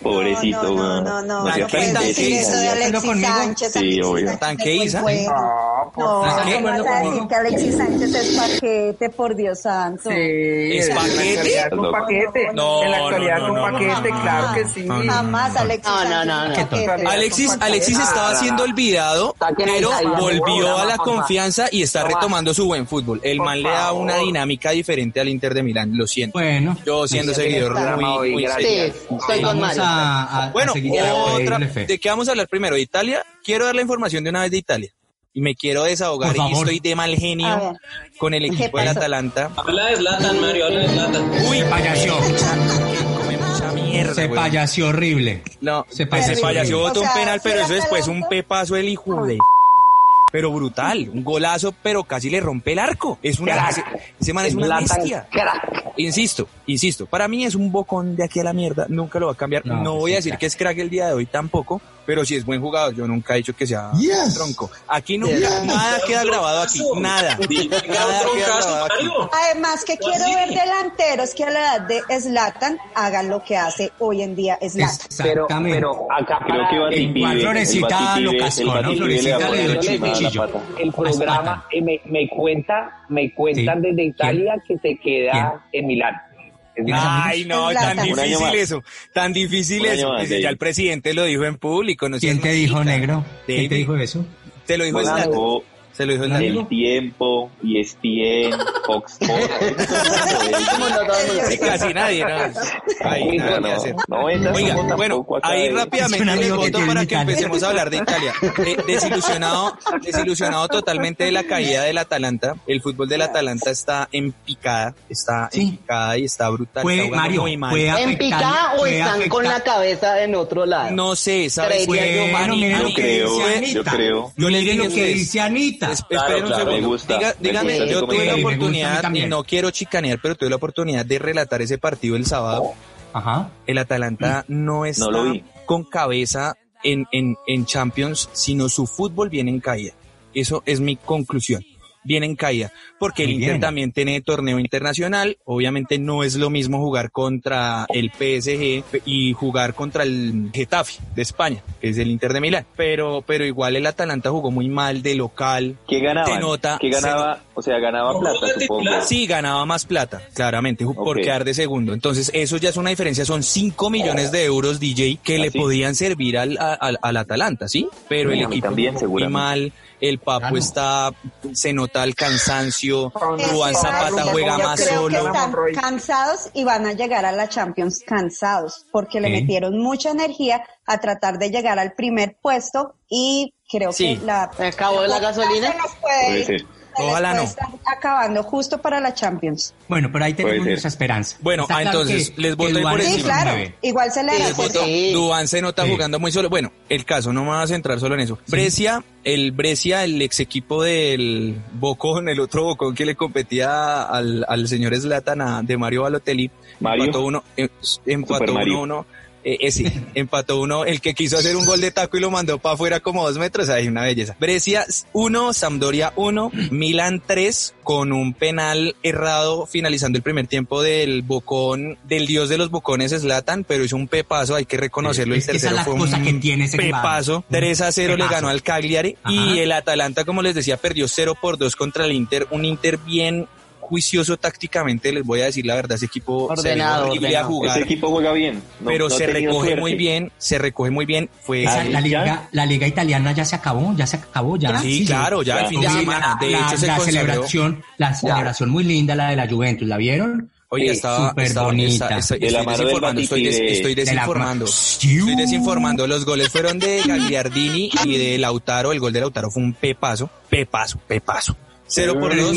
Speaker 7: Pobrecito,
Speaker 3: No, no,
Speaker 7: weón.
Speaker 3: no, no,
Speaker 7: No
Speaker 3: no,
Speaker 7: se
Speaker 3: no puedes
Speaker 5: ofende,
Speaker 3: decir
Speaker 5: sí,
Speaker 3: eso de
Speaker 5: sí,
Speaker 4: ¿Acuerdo
Speaker 3: Alexis
Speaker 4: conmigo?
Speaker 3: Sánchez.
Speaker 7: Sí,
Speaker 3: Alexis
Speaker 7: obvio.
Speaker 3: Sánchez
Speaker 5: Tanqueiza.
Speaker 3: es muy bueno.
Speaker 8: No, por
Speaker 3: No,
Speaker 5: ¿Estás de
Speaker 3: ¿cómo
Speaker 5: acuerdo
Speaker 3: vas a
Speaker 5: conmigo?
Speaker 3: decir que Alexis Sánchez es paquete, por Dios santo?
Speaker 8: ¿Es
Speaker 5: paquete?
Speaker 8: Un paquete.
Speaker 5: No,
Speaker 8: en la
Speaker 5: no,
Speaker 8: actualidad
Speaker 5: no,
Speaker 8: es un
Speaker 5: no,
Speaker 8: paquete,
Speaker 3: no, no,
Speaker 8: claro
Speaker 3: no,
Speaker 8: que sí.
Speaker 5: no, no,
Speaker 4: Ah,
Speaker 3: Jamás Alexis
Speaker 9: No, no,
Speaker 3: Sánchez
Speaker 9: no, no.
Speaker 3: es paquete.
Speaker 8: Qué tonto.
Speaker 5: Alexis, Alexis estaba siendo olvidado,
Speaker 6: Saquen a
Speaker 5: pero
Speaker 6: Isaías del
Speaker 5: volvió
Speaker 6: programa,
Speaker 5: a la
Speaker 6: porfa.
Speaker 5: confianza y está
Speaker 6: Porfa.
Speaker 5: retomando su buen fútbol. El
Speaker 8: Por
Speaker 5: man le da una
Speaker 8: favor.
Speaker 5: dinámica diferente al Inter de Milán, lo siento.
Speaker 4: Bueno,
Speaker 5: Yo siendo
Speaker 6: Sí,
Speaker 5: seguidor
Speaker 6: sí, sí,
Speaker 5: muy,
Speaker 6: sí,
Speaker 5: muy
Speaker 6: sí,
Speaker 5: serio.
Speaker 9: Sí, estoy
Speaker 4: vamos
Speaker 9: con Mario.
Speaker 4: a, a-
Speaker 5: Bueno,
Speaker 4: a seguir
Speaker 5: otra,
Speaker 4: dándole fe.
Speaker 5: ¿de qué vamos a hablar primero? ¿De Italia? Quiero dar la información de una vez de Italia. Y me quiero desahogar
Speaker 4: Por
Speaker 5: y
Speaker 4: favor.
Speaker 5: estoy de mal
Speaker 3: A
Speaker 5: genio
Speaker 3: ver.
Speaker 5: con el equipo del
Speaker 3: pasó?
Speaker 5: Atalanta.
Speaker 10: Habla de Zlatan, Mario, habla de Zlatan.
Speaker 5: Uy,
Speaker 4: Se payaseó.
Speaker 5: que come mucha mierda,
Speaker 4: Se
Speaker 5: weón.
Speaker 4: payaseó horrible.
Speaker 5: No, pues,
Speaker 4: Se
Speaker 5: se
Speaker 4: payaseó.
Speaker 5: payaseó. botó
Speaker 3: O sea,
Speaker 5: un penal, pero
Speaker 3: ¿sí
Speaker 5: eso
Speaker 3: era
Speaker 5: después
Speaker 3: talento?
Speaker 5: un pepazo el hijo de... Pero brutal, un golazo, pero casi le rompe el arco. Es una... Ese, ese man es una
Speaker 6: Zlatan,
Speaker 5: bestia.
Speaker 6: crack.
Speaker 5: Insisto, insisto, para mí es un bocón de aquí a la mierda, nunca lo va a cambiar.
Speaker 4: No,
Speaker 5: No,
Speaker 4: pues
Speaker 5: voy
Speaker 4: sí,
Speaker 5: a decir
Speaker 4: crack.
Speaker 5: que es crack el día de hoy tampoco, pero si es buen jugador, yo nunca he dicho que sea
Speaker 4: Yes.
Speaker 5: tronco. Aquí nunca, nada queda grabado aquí, nada.
Speaker 10: Diga
Speaker 5: Nada
Speaker 10: otro
Speaker 5: queda
Speaker 10: caso,
Speaker 5: grabado aquí.
Speaker 10: Mario.
Speaker 3: Además que quiero ver delanteros que a la edad de Zlatan hagan lo que hace hoy en día Zlatan.
Speaker 6: Pero,
Speaker 4: Exactamente.
Speaker 6: pero acá
Speaker 7: Creo
Speaker 6: para-
Speaker 7: que Batipibe.
Speaker 4: Igual
Speaker 7: el
Speaker 4: Florecita
Speaker 7: Batipibe-
Speaker 4: lo cascó,
Speaker 7: el
Speaker 4: ¿no?
Speaker 7: Batipibe
Speaker 4: Florecita
Speaker 7: le va a
Speaker 4: le dio
Speaker 7: poner
Speaker 4: el
Speaker 7: encima de la
Speaker 4: cuchillo.
Speaker 7: pata.
Speaker 6: el programa eh, me, me cuenta, me cuentan
Speaker 4: Sí.
Speaker 6: desde Italia que se queda en Milán. Es
Speaker 4: ¿Tienes amigos?
Speaker 5: Ay, no, tan
Speaker 3: Zlatan.
Speaker 7: Un año
Speaker 5: difícil
Speaker 7: más.
Speaker 5: eso, tan difícil
Speaker 7: Un año
Speaker 5: eso.
Speaker 7: más,
Speaker 5: Dice,
Speaker 7: David.
Speaker 5: ya el presidente lo dijo en público. No seas
Speaker 4: ¿Quién te dijo,
Speaker 5: marica.
Speaker 4: negro? ¿Quién te
Speaker 5: David.
Speaker 4: dijo eso?
Speaker 5: Te lo dijo
Speaker 7: Bueno,
Speaker 5: Zlatan.
Speaker 7: o
Speaker 5: Se lo dijo Zlatan.
Speaker 7: El tiempo, ESPN, Fox
Speaker 5: [laughs]
Speaker 7: Sports.
Speaker 5: Sí, casi
Speaker 7: [laughs]
Speaker 5: nadie, ¿no? Ay, nada que hacer.
Speaker 7: No vendas
Speaker 5: Oiga,
Speaker 7: como
Speaker 5: bueno,
Speaker 7: tampoco acá
Speaker 5: ahí
Speaker 7: de-
Speaker 4: Es un
Speaker 5: rápidamente
Speaker 4: amigo
Speaker 5: les
Speaker 4: que
Speaker 5: voto
Speaker 4: tiene
Speaker 5: para
Speaker 4: en
Speaker 5: que
Speaker 4: Italia.
Speaker 5: empecemos a hablar de Italia. Eh, desilusionado, desilusionado totalmente de la caída del Atalanta. El fútbol del Atalanta está en picada, está en
Speaker 4: Sí.
Speaker 5: picada y está brutal.
Speaker 4: Fue-
Speaker 5: está jugando
Speaker 4: Mario,
Speaker 5: muy mal.
Speaker 4: fue a-
Speaker 9: ¿En picada o
Speaker 4: Puede
Speaker 9: están con la
Speaker 4: afectar.
Speaker 9: cabeza en otro lado?
Speaker 5: no sé,
Speaker 9: Creería
Speaker 5: ¿sabes? Fue-
Speaker 9: yo,
Speaker 4: Bueno,
Speaker 9: Mari,
Speaker 4: miren
Speaker 7: yo
Speaker 4: lo que
Speaker 7: creo,
Speaker 4: dice
Speaker 7: yo
Speaker 4: Anita.
Speaker 7: creo.
Speaker 5: Yo les
Speaker 4: Miren
Speaker 5: dije
Speaker 4: lo
Speaker 5: a
Speaker 4: que
Speaker 5: ustedes.
Speaker 4: dice Anita.
Speaker 5: Es-
Speaker 10: Claro,
Speaker 5: esperen un
Speaker 10: claro,
Speaker 5: segundo.
Speaker 7: me gusta,
Speaker 5: Diga-
Speaker 7: me
Speaker 5: dígame,
Speaker 7: gusta ese
Speaker 5: yo tuve la
Speaker 7: comentario.
Speaker 4: Me gusta a mí
Speaker 5: oportunidad, y
Speaker 4: también.
Speaker 5: no quiero chicanear, pero tuve la oportunidad de relatar ese partido el sábado.
Speaker 4: Ajá.
Speaker 5: el Atalanta no está
Speaker 7: Mm. No lo vi.
Speaker 5: con cabeza en, en, en Champions, sino su fútbol viene en caída. Eso es mi conclusión. Viene en caída. Porque el
Speaker 4: Muy
Speaker 5: Inter
Speaker 4: bien.
Speaker 5: también tiene torneo internacional. Obviamente no es lo mismo jugar contra el PSG y jugar contra el Getafe de España, que es el Inter de Milán. Pero, pero igual el Atalanta jugó muy mal de local.
Speaker 7: ¿Qué
Speaker 5: Se
Speaker 7: ganaba?
Speaker 5: nota,
Speaker 7: ¿Qué
Speaker 5: se
Speaker 7: ganaba? O sea, ganaba
Speaker 10: No,
Speaker 7: plata,
Speaker 10: no,
Speaker 7: supongo.
Speaker 5: Sí, ganaba más plata, claramente, ju- por
Speaker 7: Ok.
Speaker 5: quedar de segundo. Entonces, eso ya es una diferencia. Son 5 millones de euros, DJ, que le
Speaker 7: Así.
Speaker 5: podían servir al, a- al, al Atalanta, ¿sí? Pero el
Speaker 7: Y Ah, a mí
Speaker 5: equipo
Speaker 7: también,
Speaker 5: jugó muy
Speaker 7: seguramente.
Speaker 5: mal, el Papo
Speaker 4: Claro.
Speaker 5: está, se nota el cansancio,
Speaker 3: Es que
Speaker 5: Juan
Speaker 3: van-
Speaker 5: Zapata
Speaker 3: yo
Speaker 5: juega
Speaker 3: creo
Speaker 5: más
Speaker 3: que
Speaker 5: solo.
Speaker 3: están
Speaker 8: Monroy.
Speaker 3: cansados y van a llegar a la Champions cansados porque le
Speaker 4: Sí.
Speaker 3: metieron mucha energía a tratar de llegar al primer puesto y creo
Speaker 5: Sí.
Speaker 3: que la
Speaker 9: ¿Se acabó la gasolina?
Speaker 3: se les puede
Speaker 7: Puede
Speaker 3: ir,
Speaker 7: ser.
Speaker 3: se les
Speaker 5: Ojalá
Speaker 3: puede
Speaker 5: no.
Speaker 3: estar acabando justo para la Champions.
Speaker 4: Bueno, pero ahí tenemos
Speaker 7: Puede ser.
Speaker 4: nuestra esperanza.
Speaker 5: Bueno,
Speaker 4: Está
Speaker 5: ah,
Speaker 4: claro
Speaker 5: entonces,
Speaker 4: que-
Speaker 5: les
Speaker 4: que
Speaker 5: voy por
Speaker 4: Duván
Speaker 5: Sí,
Speaker 3: Sí,
Speaker 5: encima.
Speaker 3: claro.
Speaker 4: mueve.
Speaker 3: Igual se le
Speaker 9: Sí,
Speaker 3: hará
Speaker 9: les
Speaker 3: hacer-
Speaker 9: voto. Sí.
Speaker 5: Dubán se nota
Speaker 4: Sí.
Speaker 5: jugando muy solo. Bueno, el caso, no me vas a entrar solo en eso. Brescia, el Brescia, el ex equipo del Bocón, el otro Bocón que le competía al, al señor Zlatan a- de Mario Balotelli,
Speaker 7: Mario.
Speaker 5: empató uno, em- empató
Speaker 7: Super Mario.
Speaker 5: uno, uno eh, ese, [laughs] empató uno, el que quiso hacer un gol de taco y lo mandó para afuera como dos metros, ahí una belleza. Brescia 1, Sampdoria
Speaker 4: [clears throat]
Speaker 5: 1, Milan 3, con un penal errado finalizando el primer tiempo del bocón, del dios de los bocones Zlatan, pero hizo un pepazo, hay que reconocerlo,
Speaker 4: Es
Speaker 5: el
Speaker 4: que esa es
Speaker 5: tercero
Speaker 4: la
Speaker 5: fue
Speaker 4: cosa
Speaker 5: un
Speaker 4: que tiene ese jugador.
Speaker 5: pepazo, 3 a 0 le
Speaker 4: Pepazo.
Speaker 5: ganó al Cagliari y
Speaker 4: Ajá.
Speaker 5: el Atalanta, como les decía, perdió 0 por 2 contra el Inter, un Inter bien juicioso tácticamente, les voy a decir la verdad, ese equipo
Speaker 9: Ordenado,
Speaker 5: se ve horrible a
Speaker 9: ordenado.
Speaker 5: jugar
Speaker 7: Ese equipo juega bien. No-
Speaker 5: pero
Speaker 7: no ha
Speaker 5: se
Speaker 7: tenido
Speaker 5: recoge
Speaker 7: suerte.
Speaker 5: muy bien, se recoge muy bien. Fue
Speaker 4: Esa-
Speaker 7: Ah,
Speaker 4: la,
Speaker 7: ¿ya?
Speaker 4: liga, la liga italiana ya se acabó, ya se acabó, ya.
Speaker 5: sí, claro, ya el fin de
Speaker 4: Oye,
Speaker 5: semana.
Speaker 4: la-
Speaker 5: De
Speaker 4: la-
Speaker 5: hecho, se
Speaker 4: la
Speaker 5: consagró.
Speaker 4: celebración, la celebración muy linda, la de la Juventus, ¿la vieron?
Speaker 5: Oye, estaba,
Speaker 4: súper
Speaker 5: estaba-
Speaker 4: bonita.
Speaker 5: está- estoy,
Speaker 7: De la
Speaker 5: estoy
Speaker 7: mano del
Speaker 5: desinformando, estoy, des-
Speaker 7: Batipibe.
Speaker 5: estoy
Speaker 4: De la-
Speaker 5: desinformando.
Speaker 4: Sí.
Speaker 5: Estoy desinformando. Los goles fueron de Gagliardini y de Lautaro. El gol de Lautaro fue un pepazo, pepazo, pepazo. 0 por
Speaker 4: Pero,
Speaker 5: 2.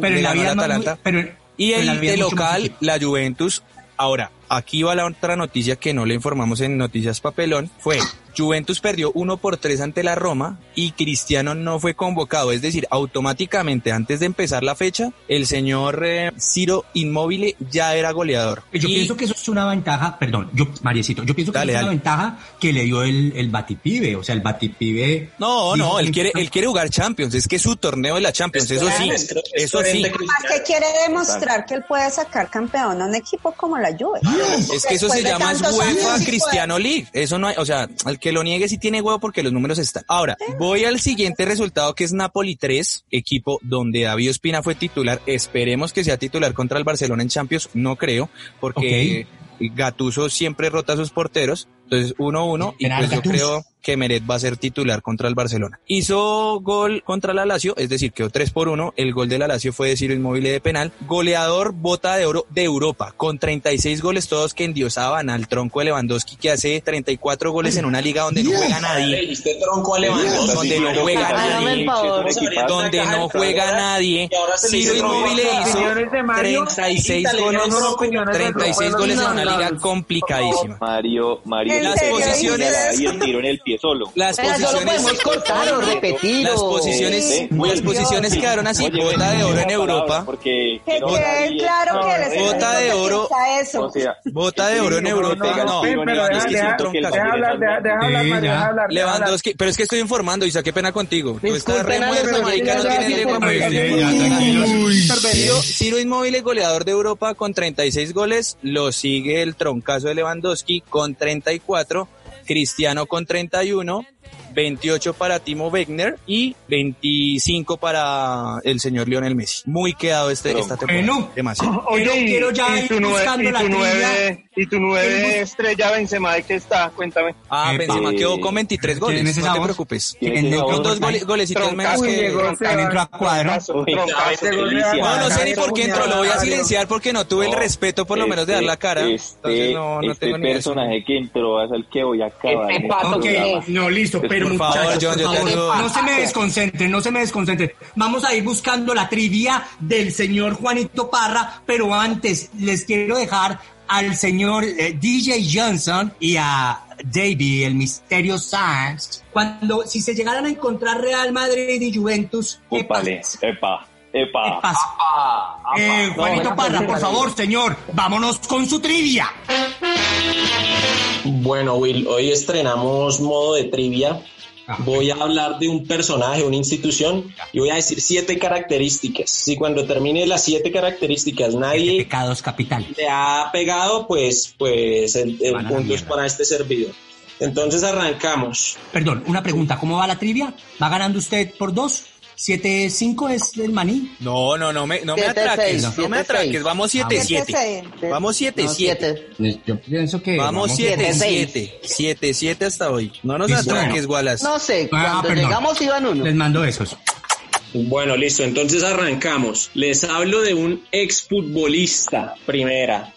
Speaker 4: pero en la vida es más-
Speaker 5: Atalanta.
Speaker 4: pero-
Speaker 5: Y
Speaker 4: pero en la
Speaker 5: el
Speaker 4: vida
Speaker 5: de
Speaker 4: es mucho más
Speaker 5: local,
Speaker 4: difícil.
Speaker 5: la Juventus. Ahora, aquí va la otra noticia que no le informamos en Noticias Papelón. Fue Juventus perdió 1 por 3 ante la Roma y Cristiano no fue convocado. Es decir, automáticamente antes de empezar la fecha, el señor eh, Ciro Inmóvil ya era goleador.
Speaker 4: Yo
Speaker 5: Y-
Speaker 4: pienso que eso es una ventaja, perdón, yo, Mariecito, yo pienso que
Speaker 5: Dale,
Speaker 4: eso es una
Speaker 5: dale.
Speaker 4: ventaja que le dio el, el Batipibe, o sea, el Batipibe.
Speaker 5: No,
Speaker 4: dijo
Speaker 5: no, él
Speaker 4: que-
Speaker 5: quiere, él quiere jugar Champions, es que es su torneo de la Champions, eso sí,
Speaker 10: Es coherente, es
Speaker 5: eso sí,
Speaker 10: coherente, Cristiano.
Speaker 3: Más que quiere demostrar que él puede sacar campeón a un equipo como la Juve.
Speaker 5: es que eso
Speaker 3: Después
Speaker 5: se
Speaker 3: de
Speaker 5: llama es
Speaker 3: tantos
Speaker 5: UEFA
Speaker 3: años, sí
Speaker 5: Cristiano League, eso no hay, o sea, al que lo niegue sí tiene huevo porque los números están. Ahora, voy al siguiente resultado que es Napoli 3, equipo donde David Ospina fue titular, esperemos que sea titular contra el Barcelona en Champions, no creo, porque Gatuso siempre rota sus porteros, entonces 1-1 y
Speaker 4: Penal,
Speaker 5: pues yo
Speaker 4: Gattuso.
Speaker 5: creo que Meret va a ser titular contra el Barcelona. Hizo gol contra la Lazio, es decir, quedó 3 por 1. El gol de la Lazio fue de Ciro Inmóvil de penal. Goleador bota de oro de Europa, con 36 goles todos que endiosaban al tronco de Lewandowski, que hace 34 goles en una liga donde no juega
Speaker 10: Le
Speaker 5: nadie.
Speaker 10: dijiste tronco a Lewandowski.
Speaker 5: Donde no juega
Speaker 9: Hágame el
Speaker 5: nadie.
Speaker 9: favor.
Speaker 7: Sí, es un equipazo.
Speaker 5: Donde no juega nadie.
Speaker 10: Y ahora se le
Speaker 5: Ciro
Speaker 10: hizo otro
Speaker 5: Inmóvil
Speaker 10: gol.
Speaker 5: hizo
Speaker 8: Opiniones de Mario,
Speaker 5: 36
Speaker 8: italianos,
Speaker 5: goles,
Speaker 8: opiniones de
Speaker 5: 36
Speaker 8: Rocco,
Speaker 5: goles en
Speaker 8: no,
Speaker 5: una
Speaker 8: no,
Speaker 5: liga
Speaker 8: no.
Speaker 5: complicadísima.
Speaker 7: Mario, Mario.
Speaker 3: ¿En
Speaker 5: Las
Speaker 3: serio?
Speaker 5: posiciones-
Speaker 7: Y el tiro en el pie solo.
Speaker 5: Las
Speaker 9: Venga, solo
Speaker 5: posiciones
Speaker 9: podemos cortar o repetir.
Speaker 5: Las
Speaker 9: o-
Speaker 5: posiciones,
Speaker 7: Eh,
Speaker 5: las
Speaker 7: Dios.
Speaker 5: posiciones quedaron así,
Speaker 7: Oye,
Speaker 5: bota de oro en
Speaker 7: palabra,
Speaker 5: Europa,
Speaker 7: Porque
Speaker 3: Que
Speaker 7: quiero hablar
Speaker 3: quede
Speaker 7: bien.
Speaker 3: claro que él es el
Speaker 5: Bota
Speaker 3: único
Speaker 5: de
Speaker 3: que
Speaker 5: oro.
Speaker 3: piensa eso.
Speaker 7: O sea,
Speaker 5: bota de oro en
Speaker 7: no,
Speaker 5: Europa,
Speaker 7: no,
Speaker 5: no,
Speaker 8: Ven, pero
Speaker 5: es
Speaker 8: deja,
Speaker 5: que es un
Speaker 8: deja,
Speaker 5: troncazo.
Speaker 8: deja hablar, deja, deja hablar,
Speaker 4: Sí,
Speaker 8: Mario,
Speaker 4: ya.
Speaker 8: deja hablar. deja hablar.
Speaker 5: Lewandowski, pero es que estoy informando, Isa, qué pena contigo. Tú estás re
Speaker 9: Disculpen a los
Speaker 5: muerto, marica, no
Speaker 9: oyentes,
Speaker 5: tienes lengua
Speaker 9: gracias por-
Speaker 5: para decir.
Speaker 4: Ya, tranquilos.
Speaker 5: Ciro, Ciro Inmóvil es goleador de Europa con 36 goles, lo sigue el troncazo de Lewandowski con 34, Cristiano con 31, 28 para Timo Wegner y 25 para el señor Lionel Messi. Muy quedado este, esta temporada.
Speaker 4: Bueno.
Speaker 5: Demasiado.
Speaker 4: Yo quiero ya ir buscando la trivia.
Speaker 7: y tu
Speaker 4: nueve
Speaker 7: estrella Benzema, ¿de qué está? Cuéntame. Eh,
Speaker 5: Ah,
Speaker 4: Epa.
Speaker 5: Benzema quedó con 23 goles,
Speaker 4: ¿Quién es esa
Speaker 5: no te
Speaker 4: voz?
Speaker 5: preocupes.
Speaker 7: ¿Quién es
Speaker 4: Que
Speaker 7: esa
Speaker 4: no-
Speaker 7: voz?
Speaker 5: Con dos gole- golecitos menos
Speaker 8: Uy,
Speaker 5: que...
Speaker 8: llegó
Speaker 4: También entró a cuadro.
Speaker 5: No, no sé ni
Speaker 8: Ay,
Speaker 5: por qué entró, lo voy a
Speaker 8: Mario.
Speaker 5: silenciar porque no tuve el
Speaker 7: No,
Speaker 5: respeto por lo menos de dar la cara.
Speaker 7: Este,
Speaker 5: Entonces no, no
Speaker 7: este
Speaker 5: tengo ni idea.
Speaker 7: personaje que entró es el que voy a acabar.
Speaker 6: Este pato
Speaker 4: Ok,
Speaker 6: que
Speaker 7: programa.
Speaker 4: no, listo,
Speaker 7: Pues,
Speaker 4: pero
Speaker 5: por
Speaker 4: muchachos,
Speaker 5: favor, John, yo
Speaker 4: por
Speaker 5: te
Speaker 4: favor,
Speaker 5: ayudo.
Speaker 4: no se me desconcentren, no se me desconcentren. Vamos a ir buscando la trivia del señor Juanito Parra, pero antes les quiero dejar al señor eh, DJ Johnson y a Davey, el misterio Sanz. Cuando, si se llegaran a encontrar Real Madrid y Juventus, ¿qué
Speaker 7: Úpale,
Speaker 4: pasa?
Speaker 7: epa, epa.
Speaker 4: ¿Qué pasa? Eh, Juanito Parra, por favor, señor, vámonos con su trivia.
Speaker 10: Bueno, Will, hoy estrenamos modo de trivia.
Speaker 5: Ah,
Speaker 10: Voy a hablar de un personaje, una institución, y voy a decir siete características. Si cuando termine las siete características
Speaker 4: Siete
Speaker 10: nadie
Speaker 4: pecados capital.
Speaker 10: le ha pegado, pues, pues el, el
Speaker 4: Van a la
Speaker 10: punto es
Speaker 4: mierda.
Speaker 10: para este servidor. Entonces arrancamos.
Speaker 4: Perdón, una pregunta, ¿cómo va la trivia? ¿Va ganando usted por dos? ¿Siete, cinco es el maní?
Speaker 5: No, no, no me, no me
Speaker 9: Siete,
Speaker 5: atraques,
Speaker 9: seis,
Speaker 5: no
Speaker 9: siete,
Speaker 5: me atraques,
Speaker 9: seis.
Speaker 5: vamos
Speaker 4: Ah,
Speaker 5: 7-7.
Speaker 3: bueno.
Speaker 5: Vamos 7-7.
Speaker 4: Yo pienso que...
Speaker 5: Vamos
Speaker 9: siete, seis.
Speaker 5: 7-7. 7-7 hasta hoy. No nos
Speaker 4: Listo.
Speaker 5: atraques, Wallace.
Speaker 9: No sé,
Speaker 4: Ah,
Speaker 9: cuando
Speaker 4: perdón.
Speaker 9: llegamos iban uno.
Speaker 4: Les mando esos.
Speaker 10: Bueno, listo, entonces arrancamos. Les hablo de un exfutbolista, primera.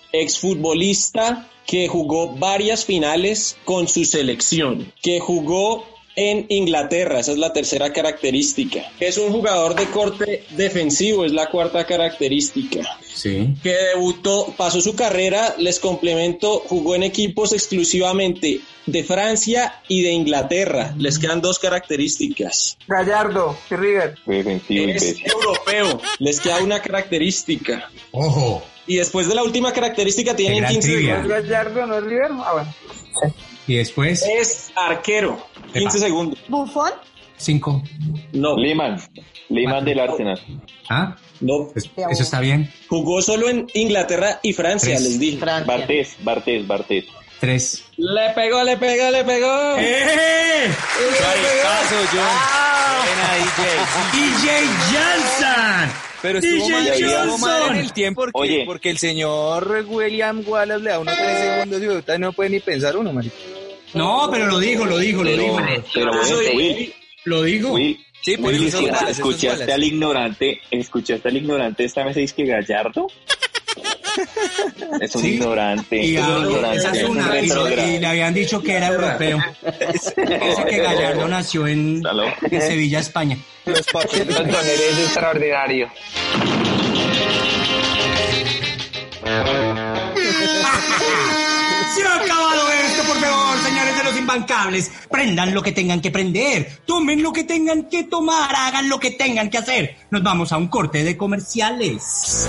Speaker 10: Exfutbolista que jugó varias finales con su selección, que jugó en Inglaterra, esa es la tercera característica. Es un jugador de corte defensivo, es la cuarta característica
Speaker 4: Sí.
Speaker 10: que debutó, pasó su carrera, les complemento, jugó en equipos exclusivamente de Francia y de Inglaterra. Les quedan dos características.
Speaker 8: Gallardo, y River.
Speaker 7: Defensivo,
Speaker 10: Es
Speaker 7: imbécil.
Speaker 10: europeo. Les queda una característica.
Speaker 4: Ojo.
Speaker 10: Y después de la última característica tienen
Speaker 4: gran
Speaker 10: 15
Speaker 4: trivia.
Speaker 8: ¿No es
Speaker 10: segundos.
Speaker 8: Gallardo, no es River? Ah, bueno.
Speaker 4: Y después,
Speaker 10: Es arquero. 15
Speaker 4: Epa.
Speaker 10: segundos.
Speaker 3: Bufón,
Speaker 4: cinco.
Speaker 10: No,
Speaker 7: Liman, Liman del Arsenal.
Speaker 4: ¿Ah?
Speaker 10: no.
Speaker 4: es- eso está bien.
Speaker 10: Jugó solo en Inglaterra y Francia,
Speaker 4: Tres.
Speaker 10: les dije.
Speaker 9: Francia.
Speaker 7: Bartés, Bartés, Bartés.
Speaker 4: Tres.
Speaker 10: Le pegó, le pegó, le pegó.
Speaker 4: ¡Eh!
Speaker 5: Caso, John. Buena, DJ.
Speaker 4: DJ Johnson.
Speaker 5: Pero estuvo
Speaker 4: DJ
Speaker 5: mal, estuvo
Speaker 4: Johnson.
Speaker 5: mal en el tiempo porque,
Speaker 7: Oye.
Speaker 5: porque el señor William Wallace le da unos 3 segundos y ahorita no puede ni pensar uno, marica.
Speaker 4: No, pero lo dijo, lo dijo, lo
Speaker 7: Pero,
Speaker 4: dijo.
Speaker 7: pero bueno,
Speaker 10: Soy-
Speaker 7: Will,
Speaker 4: Lo dijo.
Speaker 7: Will,
Speaker 5: Sí, por
Speaker 7: Will,
Speaker 5: eso
Speaker 7: escucha-
Speaker 5: son balas, eso son
Speaker 7: escuchaste
Speaker 5: balas.
Speaker 7: al ignorante, escuchaste al ignorante esta vez dice que Gallardo. Es un
Speaker 4: Sí.
Speaker 7: ignorante,
Speaker 4: Y
Speaker 7: es
Speaker 4: a-
Speaker 7: un
Speaker 4: esa
Speaker 7: ignorante,
Speaker 4: es
Speaker 7: es un
Speaker 4: una. Y,
Speaker 7: retrógrado.
Speaker 4: y le habían dicho que era
Speaker 7: [laughs]
Speaker 4: europeo. Dice que Gallardo nació en,
Speaker 7: Aló.
Speaker 4: en Sevilla, España.
Speaker 5: Los papeles.
Speaker 6: Don Tonel es extraordinario.
Speaker 4: Se ha acabado esto, por favor, señores de los Suban cables, prendan lo que tengan que prender, tomen lo que tengan que tomar, hagan lo que tengan que hacer. Nos vamos a un corte de comerciales.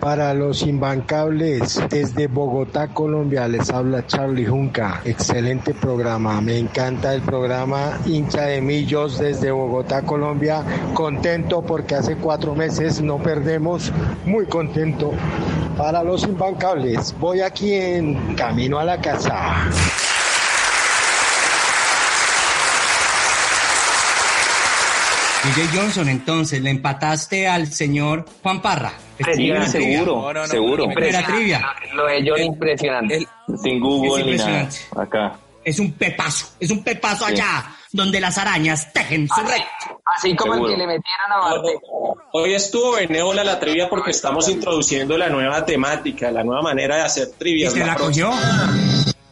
Speaker 11: Para los imbancables, desde Bogotá, Colombia, les habla Charlie Junca. Excelente programa, me encanta el programa hincha de millos desde Bogotá, Colombia. Contento porque hace cuatro meses no perdemos, muy contento. Para los imbancables, voy aquí en camino a la casa.
Speaker 4: DJ Johnson, entonces le empataste al señor Juan Parra.
Speaker 6: Sí,
Speaker 4: Primera trivia.
Speaker 6: seguro,
Speaker 7: No, no, no, seguro.
Speaker 4: Primera
Speaker 6: Impresionante.
Speaker 4: trivia.
Speaker 6: Lo de John impresionante.
Speaker 7: Sin Google
Speaker 4: Es
Speaker 7: ni nada.
Speaker 4: impresionante.
Speaker 7: Acá.
Speaker 4: Es un pepazo, es un pepazo
Speaker 7: Sí.
Speaker 4: allá, donde las arañas tejen su red.
Speaker 6: Así como
Speaker 7: Seguro.
Speaker 6: el que le metieron a Barbe.
Speaker 10: Hoy estuvo benévola la trivia porque estamos introduciendo la nueva temática, la nueva manera de hacer
Speaker 4: Y
Speaker 10: trivia.
Speaker 4: se la cogió.